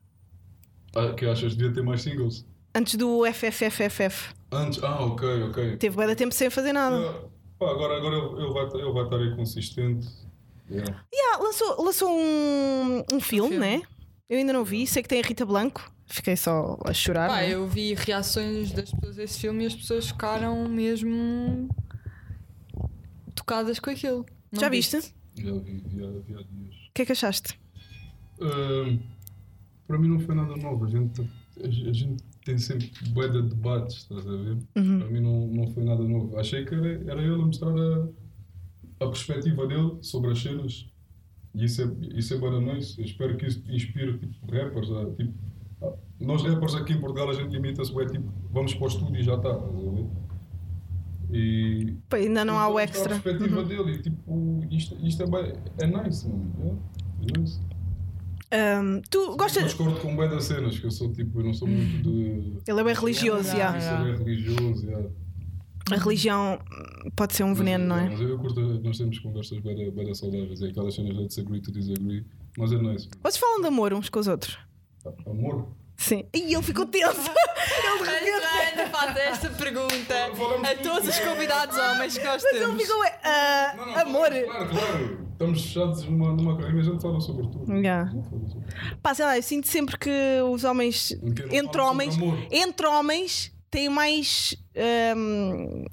Ah, que achas? Devia ter mais singles? Antes do FFFFF. Antes. Ah, ok, ok. Teve bué da tempo sem fazer nada. Ah, pá, agora agora ele, ele vai, ta- ele vai estar aí consistente. Yeah. Ah, lançou, lançou um, um filme, filme. né? Eu ainda não vi, sei que tem a Rita Blanco. Fiquei só a chorar. Pá, né? eu vi reações das pessoas a esse filme e as pessoas ficaram mesmo. tocadas com aquilo. Não Já viste? Já vi, vi, há- vi há dias. O que é que achaste? Ah, para mim não foi nada novo. A gente, a, gente tem sempre bué de debates, estás a ver? Uhum. Para mim não, não foi nada novo. Achei que era, era ele a mostrar a, a perspectiva dele sobre as cenas. E isso é, isso é bué da nice. Eu espero que isso inspire tipo, rappers. A, tipo, a- nós rappers aqui em Portugal a gente limita-se, bué, tipo, vamos para o estúdio e já está, estás a ver? E, Pá, ainda não há o a extra. Uhum. perspectiva dele, e, tipo, isto, isto é, bué- é nice, mano. É, é nice. Ahm, Um, tu Eu gostas. discordo com bem das cenas, que eu sou tipo, eu não sou muito de. Ele é bem religioso, Não, já. não, Eu sou bem religioso, yeah. A religião hum, pode ser um veneno, não é? Mas eu curto, nós temos conversas bem, bem saudáveis, é aquelas cenas de disagree to disagree, mas é nice. Vocês falam de amor uns com os outros? Amor. Sim. E ele ficou tenso. ele de repente. ainda faz esta pergunta Falamos a todos os convidados homens que nós Mas ele temos. ficou. ah, amor. Claro, claro. Estamos fechados numa, numa carreira, a gente fala sobre tudo. Yeah. Pá, sei lá, eu sinto sempre que os homens. Ninguém fala Entre sobre homens. amor. Entre homens têm mais. hum,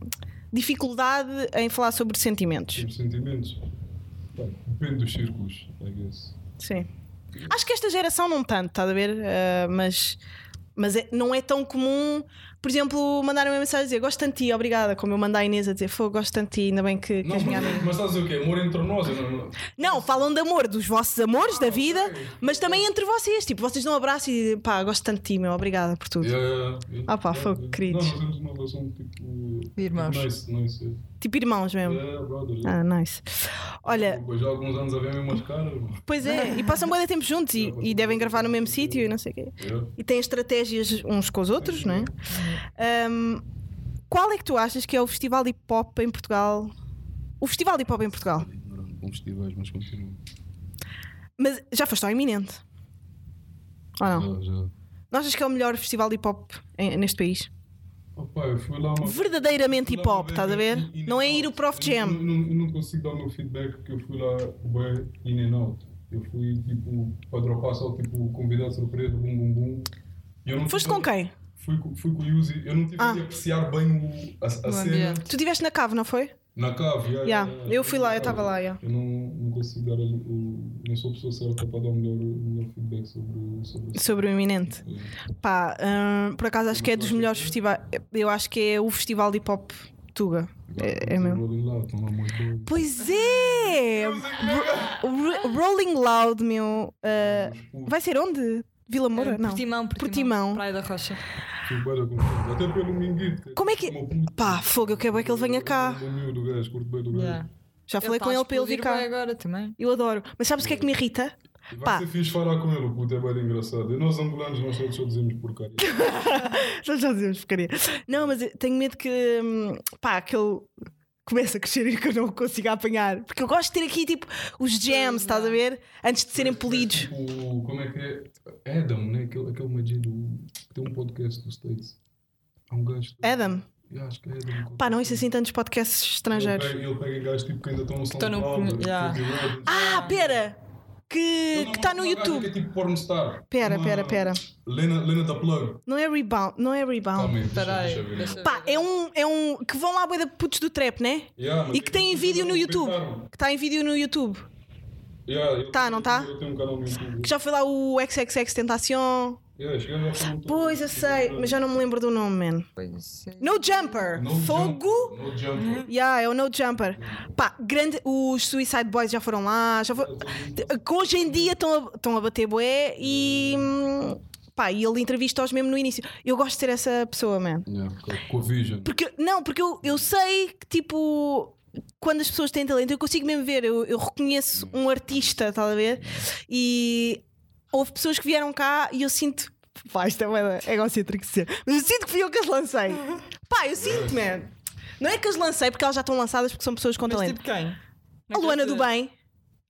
dificuldade em falar sobre sentimentos. Temos sentimentos. Pá, Depende dos círculos, I guess. Sim. Acho que esta geração não tanto, estás a ver? Ah, mas mas é- não é tão comum, por exemplo, mandar uma mensagem a dizer gosto tanto de ti, obrigada, como eu mandei à Inês a dizer fogo, gosto tanto de ti, ainda bem que, que Não, és minha mas, amiga. mas estás a dizer o quê? Amor entre nós? eu não- Não, falam de amor, dos vossos amores, da vida, mas também entre vocês. Tipo, vocês dão um abraço e dizem pá, gosto tanto de ti, meu, obrigada por tudo. Yeah, yeah, yeah. Ah pá, Yeah, fogo, yeah. queridos. Não, nós temos uma relação tipo. Irmãos. Nice, nice. yeah. Tipo, irmãos mesmo. É. Yeah, brothers. Ah, nice. Olha, Pô, Já há alguns anos a ver mesmo as caras. mano. pois é, e passam bem tempo juntos e, e devem gravar no mesmo sítio e não sei o quê. Yeah. e têm estratégias uns com os outros, não é? Um, qual é que tu achas que é o festival de hip hop em Portugal? O festival de hip hop em Portugal. Ignorando com um festivais, mas continua. Mas já foste ao iminente. Ou não? Já, já. Não achas que é o melhor festival de hip hop em- neste país? Oh, pá, eu fui lá uma Verdadeiramente fui lá hip hop, uma estás a ver? vez in- in Não é and ir o out. Prof Eu Jam. não- Eu não, eu não consigo dar o meu feedback que eu fui lá bem in and out. Eu fui tipo para dropar só tipo convidado surpresa, bum bum bum. E eu não Foste tive- com quem? Fui, com- fui com o Yuzi. Eu não tive Ah. de apreciar bem o, a, a O cena. ambiente. Tu estiveste na cave, não foi? Na cave, yeah, Yeah, yeah, eu fui lá, eu estava lá, yeah. Eu não, não consigo dar ali o. Não sou a pessoa certa para dar o melhor, o melhor feedback sobre, sobre isso. Sobre o iminente. Pá, hum, por acaso acho que é dos melhores festivais. Eu acho que é o festival de hip hop Tuga. É, é mesmo. Rolling Loud, estão lá muito bem. Pois é! Ro- Ro- Rolling Loud, meu. uh, Os putos, vai ser onde? Vila Eh, Moura? Não. Portimão, Portimão. Portimão. Praia da Rocha. fui bué da confusa. Até pelo Minguito. Como é que- Meu puto, Pá, fogo, eu quero bem que ele venha cá. Do miúdo, gajo, curto bem do gajo. Yeah. Já falei tá com a ele para ele vir explodir cá. bué agora também. Eu adoro. Mas sabes o que é que me irrita? E vai Pá. ser fixe falar com ele, o puto é bem engraçado. E nós angolanos, nós só só dizemos porcaria. Já já dizemos porcaria. Não, mas eu tenho medo que. hum, pá, que ele comece a crescer e que eu não o consiga apanhar. Porque eu gosto de ter aqui, tipo, os jams, estás a ver? Antes de serem polidos. tipo, é? O, como é que é? Adam, né? Aquele, aquele magia do. que tem um podcast dos States. Há um gajo. Adam. Eu acho que é Adam. Pá, não isso assim tantos podcasts estrangeiros. Ele pega, ele pega em gajos tipo que ainda estão no tipo, estão no- SoundCloud, já. Fruity Loops. Ah, pera! Que Ele está é não no é uma gaja YouTube. Que é tipo pornstar. Pera, Uma- pera, pera. Lena, Lena da Plug. Não é rebound, não é rebound. Calma aí, deixa, Peraí, deixa eu ver. deixa eu Pá, é um, é um. Que vão lá boi da putos do trap, né? Yeah, mas E que tem em eles vídeo no não YouTube. pensaram. Que está em vídeo no YouTube. Yeah, eu- Tá, não tá? Eu tenho um canal no YouTube. Que já foi lá o XXX Tentacion. Yeah, chegando ao fundo, Pois, eu sei, mas já não me lembro do nome, man. No Jumper. tipo, No Fogo. Jumper, no jumper. Uhum. Yeah, é o No Jumper. Pá, grande. Os Suicide Boys já foram lá. Já foram... Que hoje em dia estão a, estão a bater boé e. hum, Pá, e ele entrevista-os mesmo no início. Eu gosto de ser essa pessoa, man. Yeah, com- com a Vision. Porque, não, porque eu, eu sei que, tipo, quando as pessoas têm talento, eu consigo mesmo ver, eu, eu reconheço um artista, estás a ver? E houve pessoas que vieram cá e eu sinto. Pá, isto é bué de egocêntrico de ser. Mas eu sinto que fui eu que as lancei. Pá, eu sinto, man. Não é que as lancei porque elas já estão lançadas porque são pessoas com Mas talento. tipo quem? A Luana do Bem.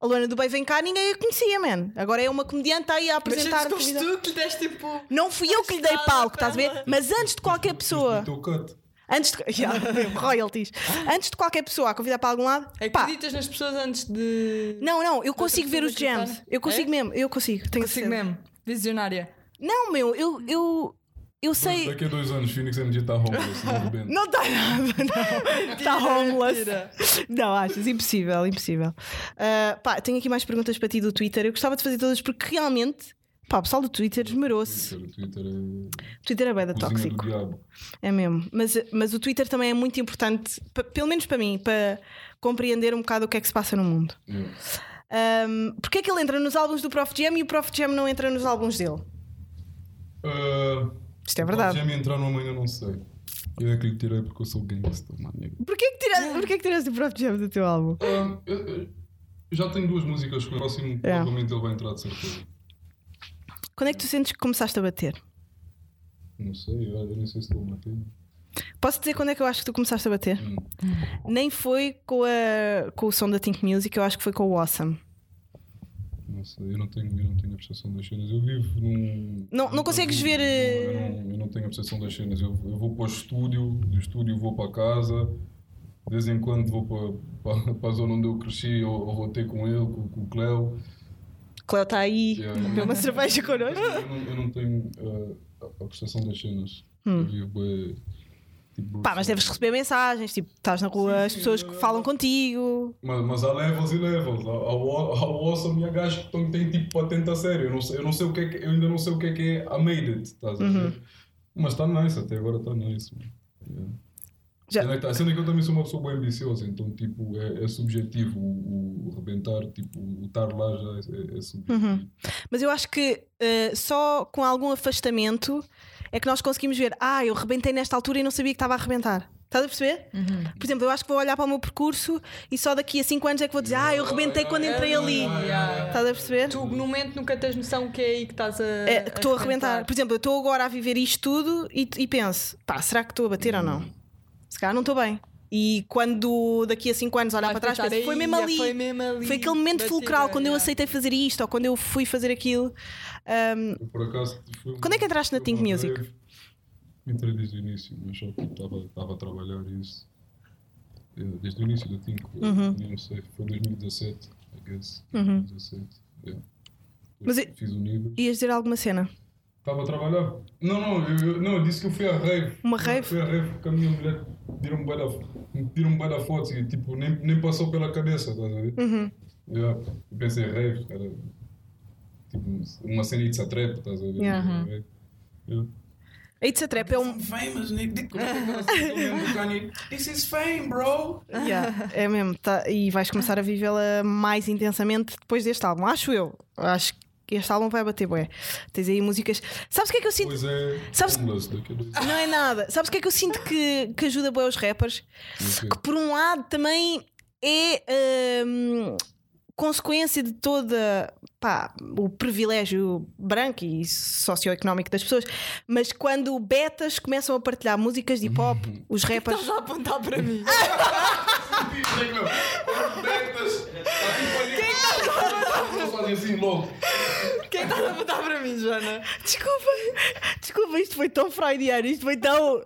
A Luana do Bem vem cá, ninguém a conhecia, man. Agora é uma comediante aí a Mas apresentar. sentes que foste televisão. tu que lhe deste tipo. Não fui eu que lhe dei Estava palco, estás a ver? para- Mas antes de qualquer pessoa. Teu cut. Antes de, Yeah, royalties. Antes de qualquer pessoa a convidar para algum lado. pá, Acreditas nas pessoas antes de. não, não, eu outra consigo ver pessoa os jams. acreditar? Eu consigo mesmo, eu consigo. Tenho Consigo certeza. mesmo. Visionária. Não, meu, eu, eu, eu sei. Daqui a dois anos, Phoenix tá MG está homeless. não arrebenta. Não está nada, não. Está homeless. mentira. Não, achas? Impossível, impossível. Ah, pá, tenho aqui mais perguntas para ti do Twitter. Eu gostava de fazer todas porque realmente, pá, o pessoal do Twitter esmerou-se. Twitter, Twitter é O Twitter é bem da cozinha tóxico. do diabo. É mesmo. Mas, mas o Twitter também é muito importante, pa- pelo menos para mim, para compreender um bocado o que é que se passa no mundo. Yeah. Um, porque é que ele entra nos álbuns do Prof Jam e o Prof Jam não entra nos álbuns dele? Ah, Isto é verdade. Já me entrar numa ainda não sei. Eu é que lhe tirei porque eu sou gangster, mano. Porquê que tiraste, porquê que tiraste o Prof Jam do teu álbum? Ah, eu- eu já tenho duas músicas que o próximo É. provavelmente ele vai entrar de certeza. Quando é que tu sentes que começaste a bater? Não sei, eu, eu nem sei se estou a bater. Posso dizer quando é que eu acho que tu começaste a bater? Hum. Nem foi com, a- com o som da Think Music, eu acho que foi com o Awesome. Não sei, eu não tenho, eu não tenho a percepção das cenas. Eu vivo num. Não- não consegues ver, Eu eh, não, eu não tenho a percepção das cenas. Eu, eu vou para o estúdio, do estúdio vou para casa, de vez em quando vou para, para, para a zona onde eu cresci, ou, ou vou ter com ele, com, com o Cleo. é Cléo está tá aí Yeah. a beber uma cerveja Eu connosco. não, eu não tenho eh, a, a percepção das cenas. Eu vivo. eh, tipo, Hum. Pá, mas deves receber mensagens, tipo, estás na rua, as pessoas que falam contigo. Mas, mas há levels e levels. Há, há, o- há o awesome e há gajos que estão- têm tipo patente a sério. Eu, não sei, eu, não sei o que é que, eu ainda não sei o que é que é a made it, estás a ver? Uhum. Mas está nice, até agora está nice. mano. Yeah. Já- Sendo que tá- Sendo que eu também sou uma pessoa bem ambiciosa, então tipo, é, é subjetivo o, o rebentar, tipo, o estar lá já é, é- é Uhum. subjetivo. Mas eu acho que eh, só com algum afastamento é que nós conseguimos ver, ah, eu rebentei nesta altura e não sabia que estava a rebentar. Estás a perceber? Uhum. Por exemplo, eu acho que vou olhar para o meu percurso e só daqui a 5 anos é que vou dizer, ah, eu rebentei quando entrei ali. Estás a perceber? Hum. Tu no momento nunca tens noção que é aí que estás a. É, que estou a arrebentar. Por exemplo, eu estou agora a viver isto tudo e, e penso, pá, será que estou a bater ou Uhum. não? Se calhar não estou bem. E quando daqui a 5 anos olhar Vais para trás, pensar, penso, foi mesmo "Eia, ali. foi mesmo ali, é, Foi aquele momento batida, fulcral quando eu yeah." aceitei fazer isto ou quando eu fui fazer aquilo. Ahm, Eu, por acaso, fui Quando é que entraste na fui Think uma Music? vez, Entrei desde o início, mas só que estava estava a trabalhar isso. Eh, Desde o início da Think, eh, Uhum. não sei, foi 2017, I guess. 2017, yeah. Mas e- é. Fiz o nível. ias dizer alguma cena? Estava a trabalhar. Não, não, eu, eu- não, eu disse que eu fui à rave. Uma rave? Fui à rave porque a minha mulher tirou-me bué da- tirou-me bué da foto e tipo, nem, nem passou pela cabeça, estás a ver? Yeah. Eu pensei, rave, cara. Tipo, uma cena de trap, estás a ver? Yeah. Rave. Yeah. A It's a Trap é um. famous, nigga. Como é que ela se chama? Kanye. This is fame, bro. Yeah, é mesmo, tá- e vais começar a vivê-la mais intensamente depois deste álbum, acho eu. Acho que este álbum vai bater, bué. Tens aí músicas. Sabes o que é que eu sinto? Pois é, Sabes- homeless daqui a dois anos. Não é nada. Sabes o que é que eu sinto que, que ajuda bué os rappers? Ok. Que por um lado também é hum, consequência de toda pá, o privilégio branco e socioeconómico das pessoas, mas quando betas começam a partilhar músicas de hip hop, os rappers. Estás a apontar para mim. Ah, Dizem, meu, os betas, tá tipo ali. eles fazem assim logo. O que é que estás a botar para mim, Joana? Desculpa, desculpa, isto foi tão freudiano, isto foi tão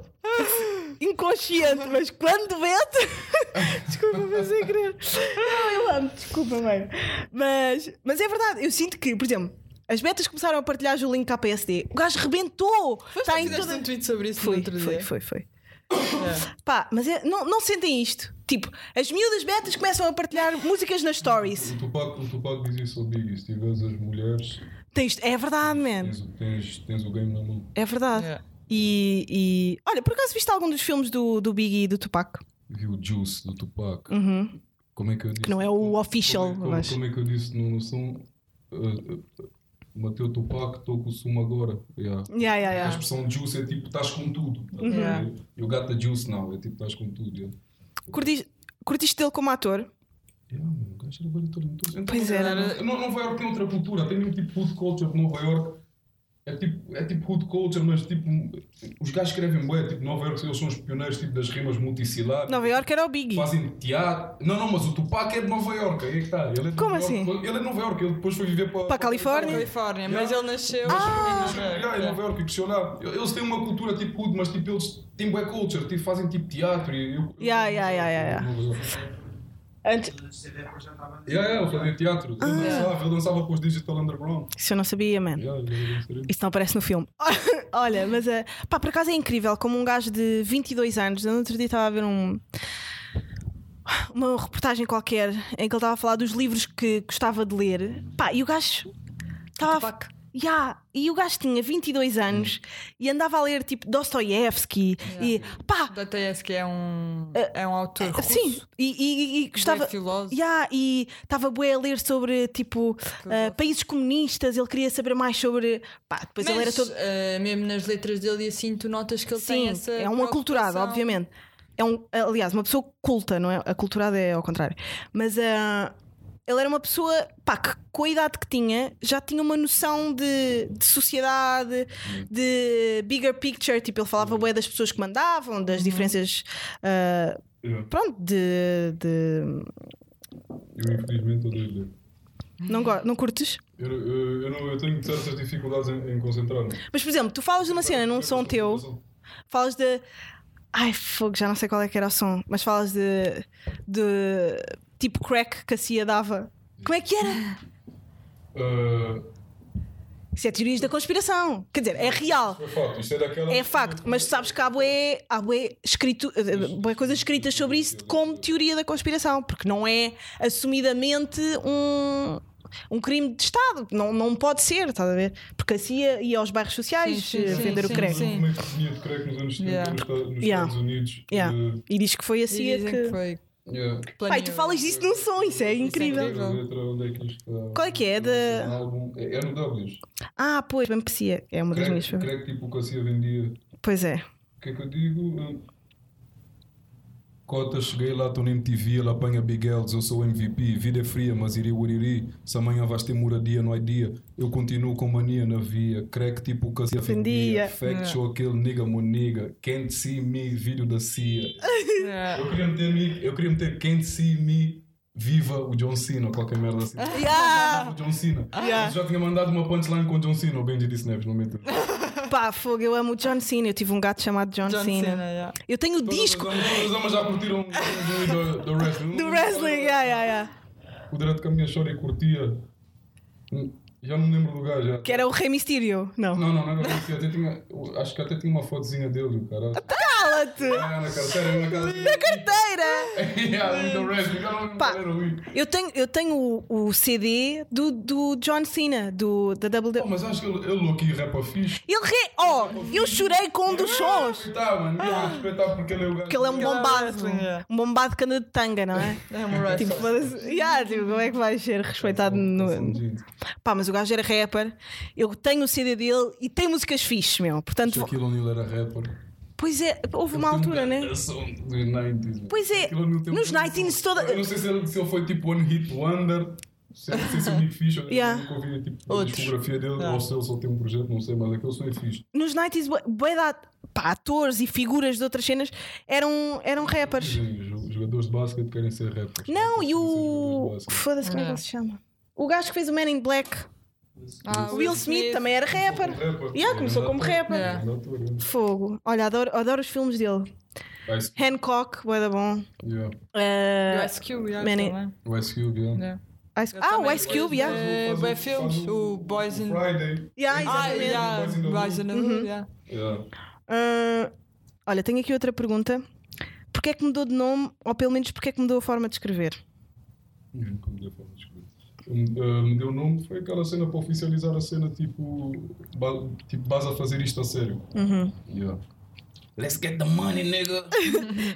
inconsciente, mas quando vete. desculpa, mas sem querer. Não, eu amo, desculpa, mãe. Mas, mas é verdade, eu sinto que, por exemplo, as betas começaram a partilhar o link KPSD. O gajo rebentou! Tá, Está em todo um tweet sobre isso no Foi, outro foi, dia. foi, foi. É. Pá, mas é- não, não sentem isto. Tipo, as miúdas betas começam a partilhar músicas nas stories. O Tupac, o Tupac diz isso ao Biggie: se tiveres as mulheres, Tens, é verdade, man. tens, o- tens, tens o game na mão. É verdade. Yeah. E, e- Olha, por acaso viste algum dos filmes do, do Biggie e do Tupac? Vi o Juice do Tupac. Uhum. Como é que eu disse? Que não é o official, como, é- mas. como é que eu disse no, no som? Uh, Mateu Tupac, estou com o sumo agora. Yeah. Yeah, yeah, Uhum. A yeah. expressão juice é tipo, estás com tudo. Yeah. E o gato da juice não, é tipo, estás com tudo. Yeah. Curtis- Curtiste dele como ator? Yeah, mano, o gajo era baritone em todos- em Pois todos- era. Então, Não, Nova York tem outra cultura, tem mesmo tipo hood culture de Nova York. É tipo, é tipo hood culture, mas tipo, os gajos escrevem bem, tipo, Nova York eles são os pioneiros tipo, das rimas multisilares. Nova York era o Biggie. Fazem teatro. Não, não, mas o Tupac é de Nova York. Aí é que está. Ele é de Como Nova Iorque. assim? Ele é de Nova York, ele depois foi viver para. Para a Califórnia? Ah! Califórnia, mas Yeah. ele nasceu. Yeah, em Nova York e cresceu lá. Eles têm uma cultura tipo hood, mas tipo, eles têm black culture, tipo, fazem tipo teatro. E eu, Yeah, yeah, yeah, yeah, Nova York. Antes- Yeah, yeah, eu fazia teatro. Eu dançava, eu dançava com os Digital Underground. Isso eu não sabia, man. Yeah, eu dançaria. Isso não aparece no filme. Olha, mas eh, pá, por acaso é incrível como um gajo de 22 anos. Eu no outro dia estava a ver um, uma reportagem qualquer em que ele estava a falar dos livros que gostava de ler. Pá, e o gajo estava. A... Tupac. Yeah, e o gajo tinha 22 anos e andava a ler tipo Dostoiévski e pá, Dostoiévski que é um, é um autor russo. Eh, é Sim, e, e, e gostava. Bué filósofo. Yeah, e estava bué a ler sobre tipo ah, países comunistas, ele queria saber mais sobre. Pá, depois Mas ele era todo. eh, mesmo nas letras dele e assim, tu notas que ele tem Sim, essa. é um aculturado, preocupação. obviamente. É um, aliás, uma pessoa culta, não é? Aculturada é ao contrário. Mas ah, ele era uma pessoa pá, que com a idade que tinha já tinha uma noção de, de sociedade, Uhum. de bigger picture. Tipo, ele falava bué das pessoas que mandavam, Uhum. das diferenças. ah, Yeah. pronto, de- de Eu infelizmente odeio ler. Uhum. Não, go- não curtes? Eu, eu, eu, não, eu tenho certas dificuldades em, em concentrar-me. Mas, por exemplo, tu falas de uma cena num som teu, falas de. Ai, fogo, já não sei qual é que era o som, mas falas de. de. tipo crack que a Cia dava. Como é que era? Ah, Isso é teorias da conspiração. Quer dizer, é real. Foi fato, isto é daquela. É facto, mas tu sabes que há bué, há bué, escrito, eh, bué coisas escritas sobre isso como teoria da conspiração, porque não é assumidamente um, um crime de Estado. Não, não pode ser, estás a ver? Porque a CIA ia aos bairros sociais Sim, sim, eh, sim, vender sim, o crack. sim. Como é que se tinha de crack nos anos 70 Yeah. nos, Estados- nos Yeah. Estados Unidos? Yeah. Eh, E diz que foi a E CIA dizem que. que foi yeah. Pai, planeado. tu falas disso num som, isso é incrível. incrível. A letra, onde é que isto está? Qual é que é? De- No álbum- É, é no W's. Ah, pois, bem parecia. É uma das minhas Crack, favoritas. crack tipo o que a Cia vendia. Pois é. O que é que eu digo? Eh, Cota, cheguei lá, estou na MTV, ela apanha Big L's, eu sou MVP, vida é fria, mas iri uriri, se amanhã vais ter moradia, não há dia, eu continuo com mania na via, crack tipo o que a Cia Vendia. vendia, É. fact show aquele nigga mo nigga, can't see me, vídeo da Cia. Yeah. Eu queria meter, me- eu queria meter Can't See Me Viva o John Cena, qualquer merda assim. Yeah. O John Cena. Yeah. Eu já tinha mandado uma punchline com o John Cena, o Benji disse Neves, não mente. Pá, fogo, eu amo o John Cena. Eu tive um gato chamado John, John Cena. Cena, yeah. Eu tenho o disco Os homens já curtiram um do, do, do wrestling. do wrestling. é. Yeah, yeah, yeah. O direto que a minha chora e curtia. Hum, Já não me lembro do gajo. já. Que era o Rei Mysterio. Não. Não, não, não era isso. Até tinha, eu acho que até tinha uma fotozinha dele, o cara. Cala-te! Ah, na carteira, na Tá- Na carteira. carteira! yeah, do wrestling. Eu não Pá. era o Eu tenho, eu tenho o, o CD do, do John Cena, do, da Oh, WWE. mas acho que ele, ele aqui rapa é fixe. Ele re... Oh, eu chorei com um dos sons. respeitar, mano. Eu vou respeitar porque ele é o gajo. Porque ele é um Ele é bombado. wrestling, yeah. Um bombado que anda de tanga, não é? É um wrestler. Tipo, foda-se. Yeah, tipo, como é que vais ser respeitado um no. Pá, mas o gajo era rapper, eu tenho o CD dele e tem músicas fixes, meu. Portanto, vou- Aquilo O'Neal era rapper. pois é, houve uma um altura, né? Pois é, nos 90s toda- Eu não sei se ele, se ele foi tipo One Hit Wonder. Se não sei se é o Nick Fish, eu Yeah. nunca ouvi tipo, a Outros. discografia dele, ou se ele só tem um projeto, não sei, mas aquele som é fixe. Nos 90s, bué- bué da- pá, atores e figuras de outras cenas eram, eram rappers. Os jogadores de basquete querem ser rappers. Não, e Querem ser jogadores de o. basquete. Foda-se, como é que ele se chama? O gajo que fez o Man in Black, Ah, o Will Smith, também é- era rapper. Rapper. Yeah, começou como rapper. Yeah. Na altura. né? Fogo. Olha, adoro, adoro os filmes dele. Ice- Hancock, bué da bom. yeah. O Eh, Ice Cube, yeah, Many- também. O Ice Cube, yeah. Yeah. Ice- Ele ah, o também Ice Cube, fez, yeah. eh, Faz o- bué faz filmes, o Boys in- Friday. Yeah, Ah, exatamente. Uhum. yeah, Boys in the Hood. Boys in the Hood, yeah. Yeah. Ah, olha, tenho aqui outra pergunta. Porquê é que mudou de nome, ou pelo menos porquê é que mudou a forma de escrever? Hum, Como deu para descobrir. Hum, ah, Me deu o nome, foi aquela cena para oficializar a cena, tipo, ba- tipo base a fazer isto a sério. Yeah. Let's get the money, nigga.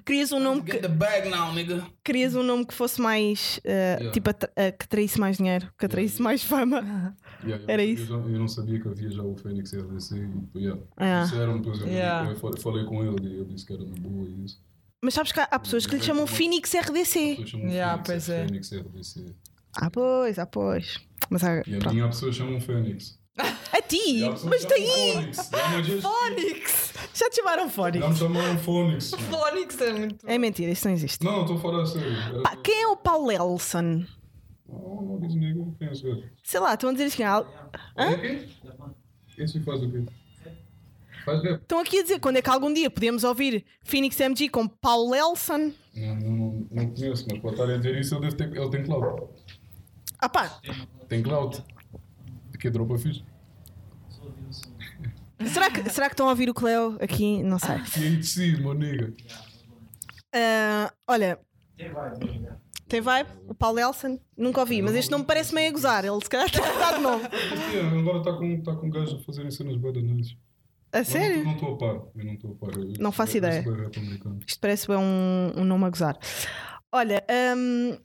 Querias um nome que, Get the bag now, nigga. querias um nome que fosse mais ah, Yeah. tipo atra- ah, que atraísse mais dinheiro, que atraísse mais fama. Yeah, eu- Era eu isso? já- Eu, não sabia que havia já o Fênix RDC. e, tipo, Yeah. Ah. Disseram, depois eu, Yeah. eu fa- falei com ele e ele disse que era na boa e isso. Mas sabes que há, há pessoas que lhe chamam Phoenix RDC. Pessoas chamam Yeah, Fênix, pois é. Fênix RDC. Ah, pois, ah, pois. Mas há, E a pronto. minha pessoa chama um Fênix. A ti? E há pessoas Mas que chamam daí? Fônix. Há uma gente- Phonics! Já te chamaram Já Fónix? me chamaram Fônix. Phonics é muito. É mentira, isso não existe. Não, estou a falar a sério. Era- Pá, quem é o Paul Elson? Não, não diz ninguém quem é esse gajo. Sei lá, estão a dizer assim. "Ah, É quem? Esse faz o quê? Faz rap. Estão aqui a dizer quando é que algum dia podemos ouvir Phoenix MG com Paul Elson. Não, não, não conheço, mas para estar a dizer isso, ele, deve ter, ele tem cloud. Ah pá, Tem cloud. Que dropa fixe. será que, será que estão a ouvir o Cleo aqui? Não sei. THC, meu nigga. Ah, olha. Tem vibe? O Paul Elson? Nunca ouvi, mas este nome parece meio a gozar. Ele se calhar está a dar de novo. Yeah, agora está com, tá com gajo a fazerem cenas bad nice. A Mas eu sério? Não estou a par. Eu não estou a par. Eu- Não faço eu- eu ideia. sou rap americano. Isto parece bem um, um nome a gozar. Olha, hum,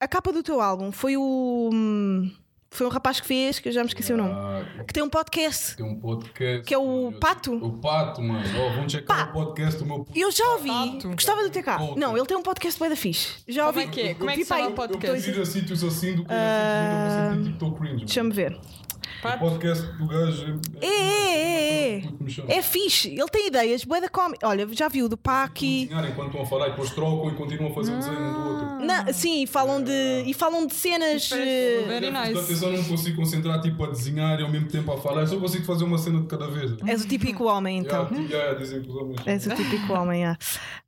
a capa do teu álbum foi o. hum, Foi um rapaz que fez, que eu já me esqueci o nome. Ah, Que tem um podcast. tem um podcast. Que é o mano. Pato? O Pato, mano. Ó, vão checar o podcast do meu puto. Eu já ouvi. Tato. Gostava do TK. Puta. Não, ele tem um podcast bué da fixe. Já Como ouvi. é que é? Como é que Tipo se chama aí, o Eu podcast? prefiro a sítios assim do que Ah, a sítios onde eu vou sentir tipo tão cringe. Deixa-me ver. O podcast do gajo É, é, é, muito me chama. é. É fixe. Ele tem ideias bué da cómica. Olha, já vi o do Paki. Desenhar enquanto estão a falar e depois trocam e continuam a fazer o desenho um do outro. Na- sim, e falam de, e falam de cenas. Parece eh, Very Portanto, eu nice. só não me consigo concentrar tipo, a desenhar e ao mesmo tempo a falar. Eu só consigo fazer uma cena de cada vez. És o típico homem, É, então. É, Yeah, tipo, yeah, dizem que os homens. És o típico homem, ah.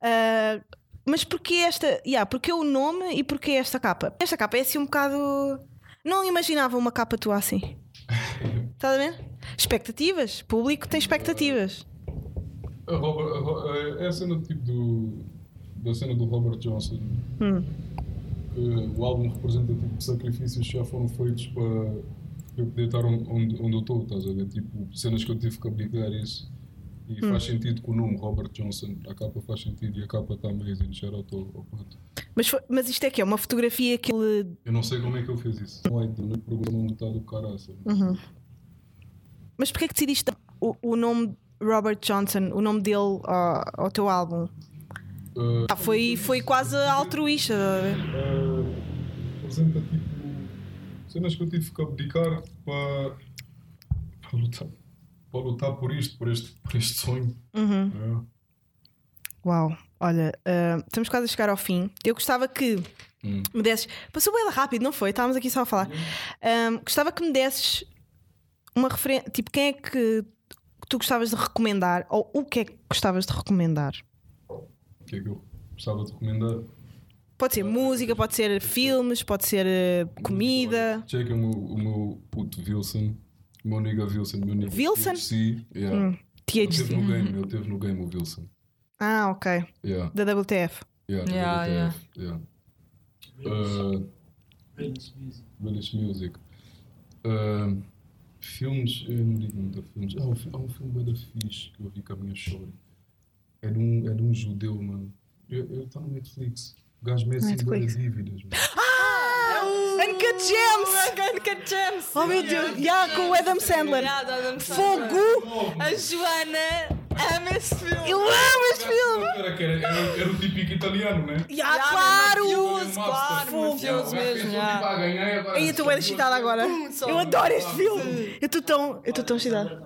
Ah, Mas porquê esta. Yeah, porquê o nome e porquê esta capa? Esta capa é assim um bocado. Não imaginava uma capa tua assim. Estás a ver? Expectativas. Público tem expectativas. A Robert- a Ro- é- é a cena tipo do, da cena do Robert Johnson. Que o álbum representa tipo sacrifícios que já foram feitos para eu poder estar onde, onde- onde eu estou, estás a ver? Tipo, cenas que eu tive que abdicar isso. E faz sentido com o nome Robert Johnson. A capa faz sentido e a capa está amazing. Shout out ao, ao Pato. Mas, foi- mas isto é que é uma fotografia que ele. Eu não sei como é que eu fiz isso. Não é não é programa metade do caraça. Mas porquê é que decidiste o, o nome Robert Johnson, o nome dele ao, ao teu álbum? Ah, Ah, foi, foi quase altruísta. estás a ver? Ah, representa tipo cenas que eu tive que abdicar para, para, lutar, para lutar por isto, por este, por este sonho. Uhum. né? Uau, olha, ah, estamos quase a chegar ao fim. Eu gostava que Hum. me desses. Passou bem rápido, não foi? Estávamos aqui só a falar. Ah, gostava que me desses uma referência. Tipo, quem é que tu gostavas de recomendar? Ou o que é que gostavas de recomendar? O que é que eu gostava de recomendar? Pode ser música, pode ser filmes, pode ser ah, comida. Checa o meu, o meu puto Wilson, o meu nigga Wilson, o meu nigga Wilson? Hum. Uhum. THC. Yeah. Ele teve THC. no game, ele teve no game o Wilson. Ah, ok. Yeah, Da WTF. yeah, Yeah, yeah. yeah. Ah, Village Music. Ahm, filmes, eu não digo muito a filmes. Há um, fi- há um filme da fixe que eu vi com a minha chore. É de um, é de um judeu, mano. Ele está no Netflix. O gajo meio assim bué de Netflix. dívidas, mano. Uncut Gems! Uncut Gems! Oh meu Deus! Yeah, com o Adam Sandler! Obrigada, Adam Sandler. Fogo! A Joana ama esse filme! Eu amo este filme! Era, que era, era, era o típico italiano, né? um Yeah, Yeah, claro! mafioso, claro, Fogo. mafioso Yeah. mesmo, yeah. Vai ganhar e tipo, ah, agora. Aí eu estou bem excitada agora. só. Eu adoro este filme! Eu estou tão, eu estou tão excitada.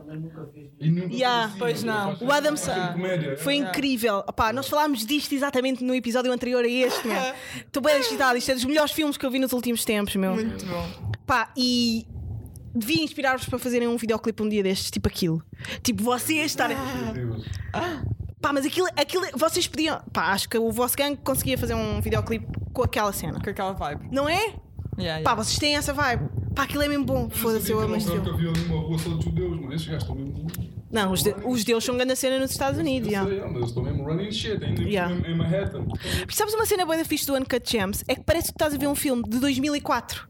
E nunca Yeah. fazia, Pois não. faz- O Adam faz Sandler. comédia, Foi é. incrível. Opá, nós falámos disto exatamente no episódio anterior a este, meu. Estou bem excitada. Isto é dos melhores filmes que eu vi nos últimos tempos, meu. Muito bom. Pá, e devia inspirar-vos para fazerem um videoclipe um dia destes, tipo aquilo. Tipo, vocês estarem. Meu Deus. Pá, mas aquilo, aquilo. Vocês podiam. Pá, acho que o vosso gangue conseguia fazer um videoclipe com aquela cena. Com aquela vibe. Não é? Yeah, yeah. Pá, vocês têm essa vibe. Pá, aquilo é mesmo bom. Foda-se, eu amo este Eu nunca filme. vi ali uma rua só de judeus, mano. Esses gajos estão mesmo. Não, os, de, os deles são grande cena nos Estados Unidos, Eu já. sei, ah, mas eles estão mesmo running shit. Ainda Yeah. em- em Manhattan. Porque Sabes uma cena boa da fixe do Uncut Gems? É que parece que estás a ver um filme de 2004.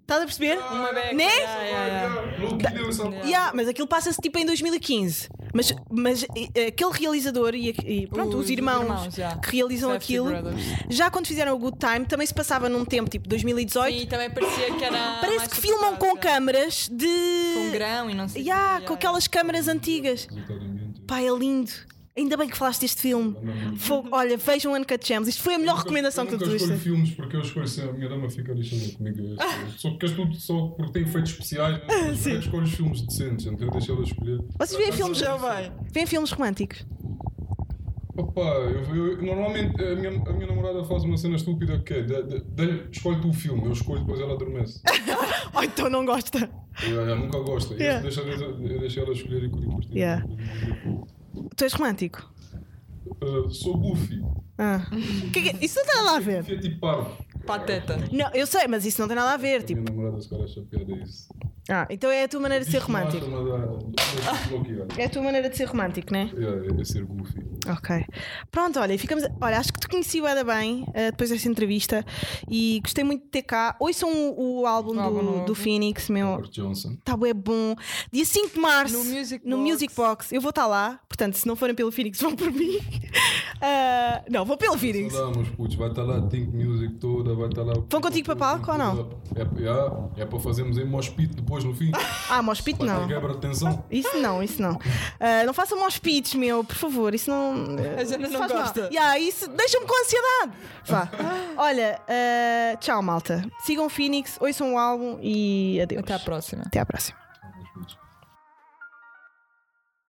Estás a perceber? Uma beca. Né? Yeah, yeah, yeah. Look, que deu essa Yeah. Yeah, mas aquilo passa-se tipo em 2015. Mas, mas eh, aquele realizador e, e, pronto, os, Os irmãos, irmãos, yeah. que realizam Safety aquilo, Brothers. já quando fizeram o Good Time, também se passava num tempo tipo 2018. E também parecia que era. Parece Ah, mais que filmam com sofisticado, câmaras de. Com grão e não sei. o quê, Yeah, yeah, com aquelas câmaras antigas. Resultadamente. Pá, é lindo. Ainda bem que falaste deste filme. Não. Fogo. Olha, vejam Uncut Gems. Isto foi a melhor recomendação que eu tu nunca escolho deste. filmes porque eu escolho se a minha dama fica lixada comigo. Eu- Só porque, és tudo, só porque tem efeitos especiais, né? eu escolho os filmes decentes, então eu deixo ela escolher. Vocês veem filmes. Já vai. Vêem filmes românticos. Opa, eu, eu- normalmente a minha, a minha namorada faz uma cena estúpida que é: de- de- de- escolhe tu o filme, eu escolho, depois ela adormece. Oh, então não gosta. Eu, eu nunca gosta. Yeah. Eu, deixo, eu deixo ela escolher e curtir. Yeah. Tu és romântico? Eh, sou Goofy. Ah. Que que- Isso não tem nada a ver. Goofy é tipo parvo. yeah. Pateta. Não, eu sei, mas isso não tem nada a ver. A Tipo, minha namorada, se calhar, acha piada a isso. ah, então é a tua maneira de ser romântico. Mas, mas, bloqueado. É a tua maneira de ser romântico, né? É, é ser Goofy. Ok. Pronto, olha, ficamos. Olha, acho que te conheci o Eda bem eh, depois desta entrevista e gostei muito de ter cá. Ouçam o, o álbum O álbum do, novo. do Phoenix, meu. Robert Johnson. Tá bué bom. Dia 5 de março. No Music no Box. Music Box. Eu vou estar lá. Portanto, se não forem pelo Phoenix, vão por mim. Ah, não, vou pelo Phoenix. Olá, meus putos, vai estar lá Think Music toda, vai estar lá. Vão contigo para palco ou não? É, é, é para fazermos aí mospito depois no fim. Para Ah, Mospit não. quem quebra de tensão. Isso não, isso não. Ah, não façam aos pits, meu, por favor. Isso não. A Jana isso não faz mal. gosta. Yeah, isso deixa-me com ansiedade. Vá. Olha, ah, tchau, malta. Sigam o Phoenix, ouçam o álbum e adeus. Até à próxima. Até à próxima.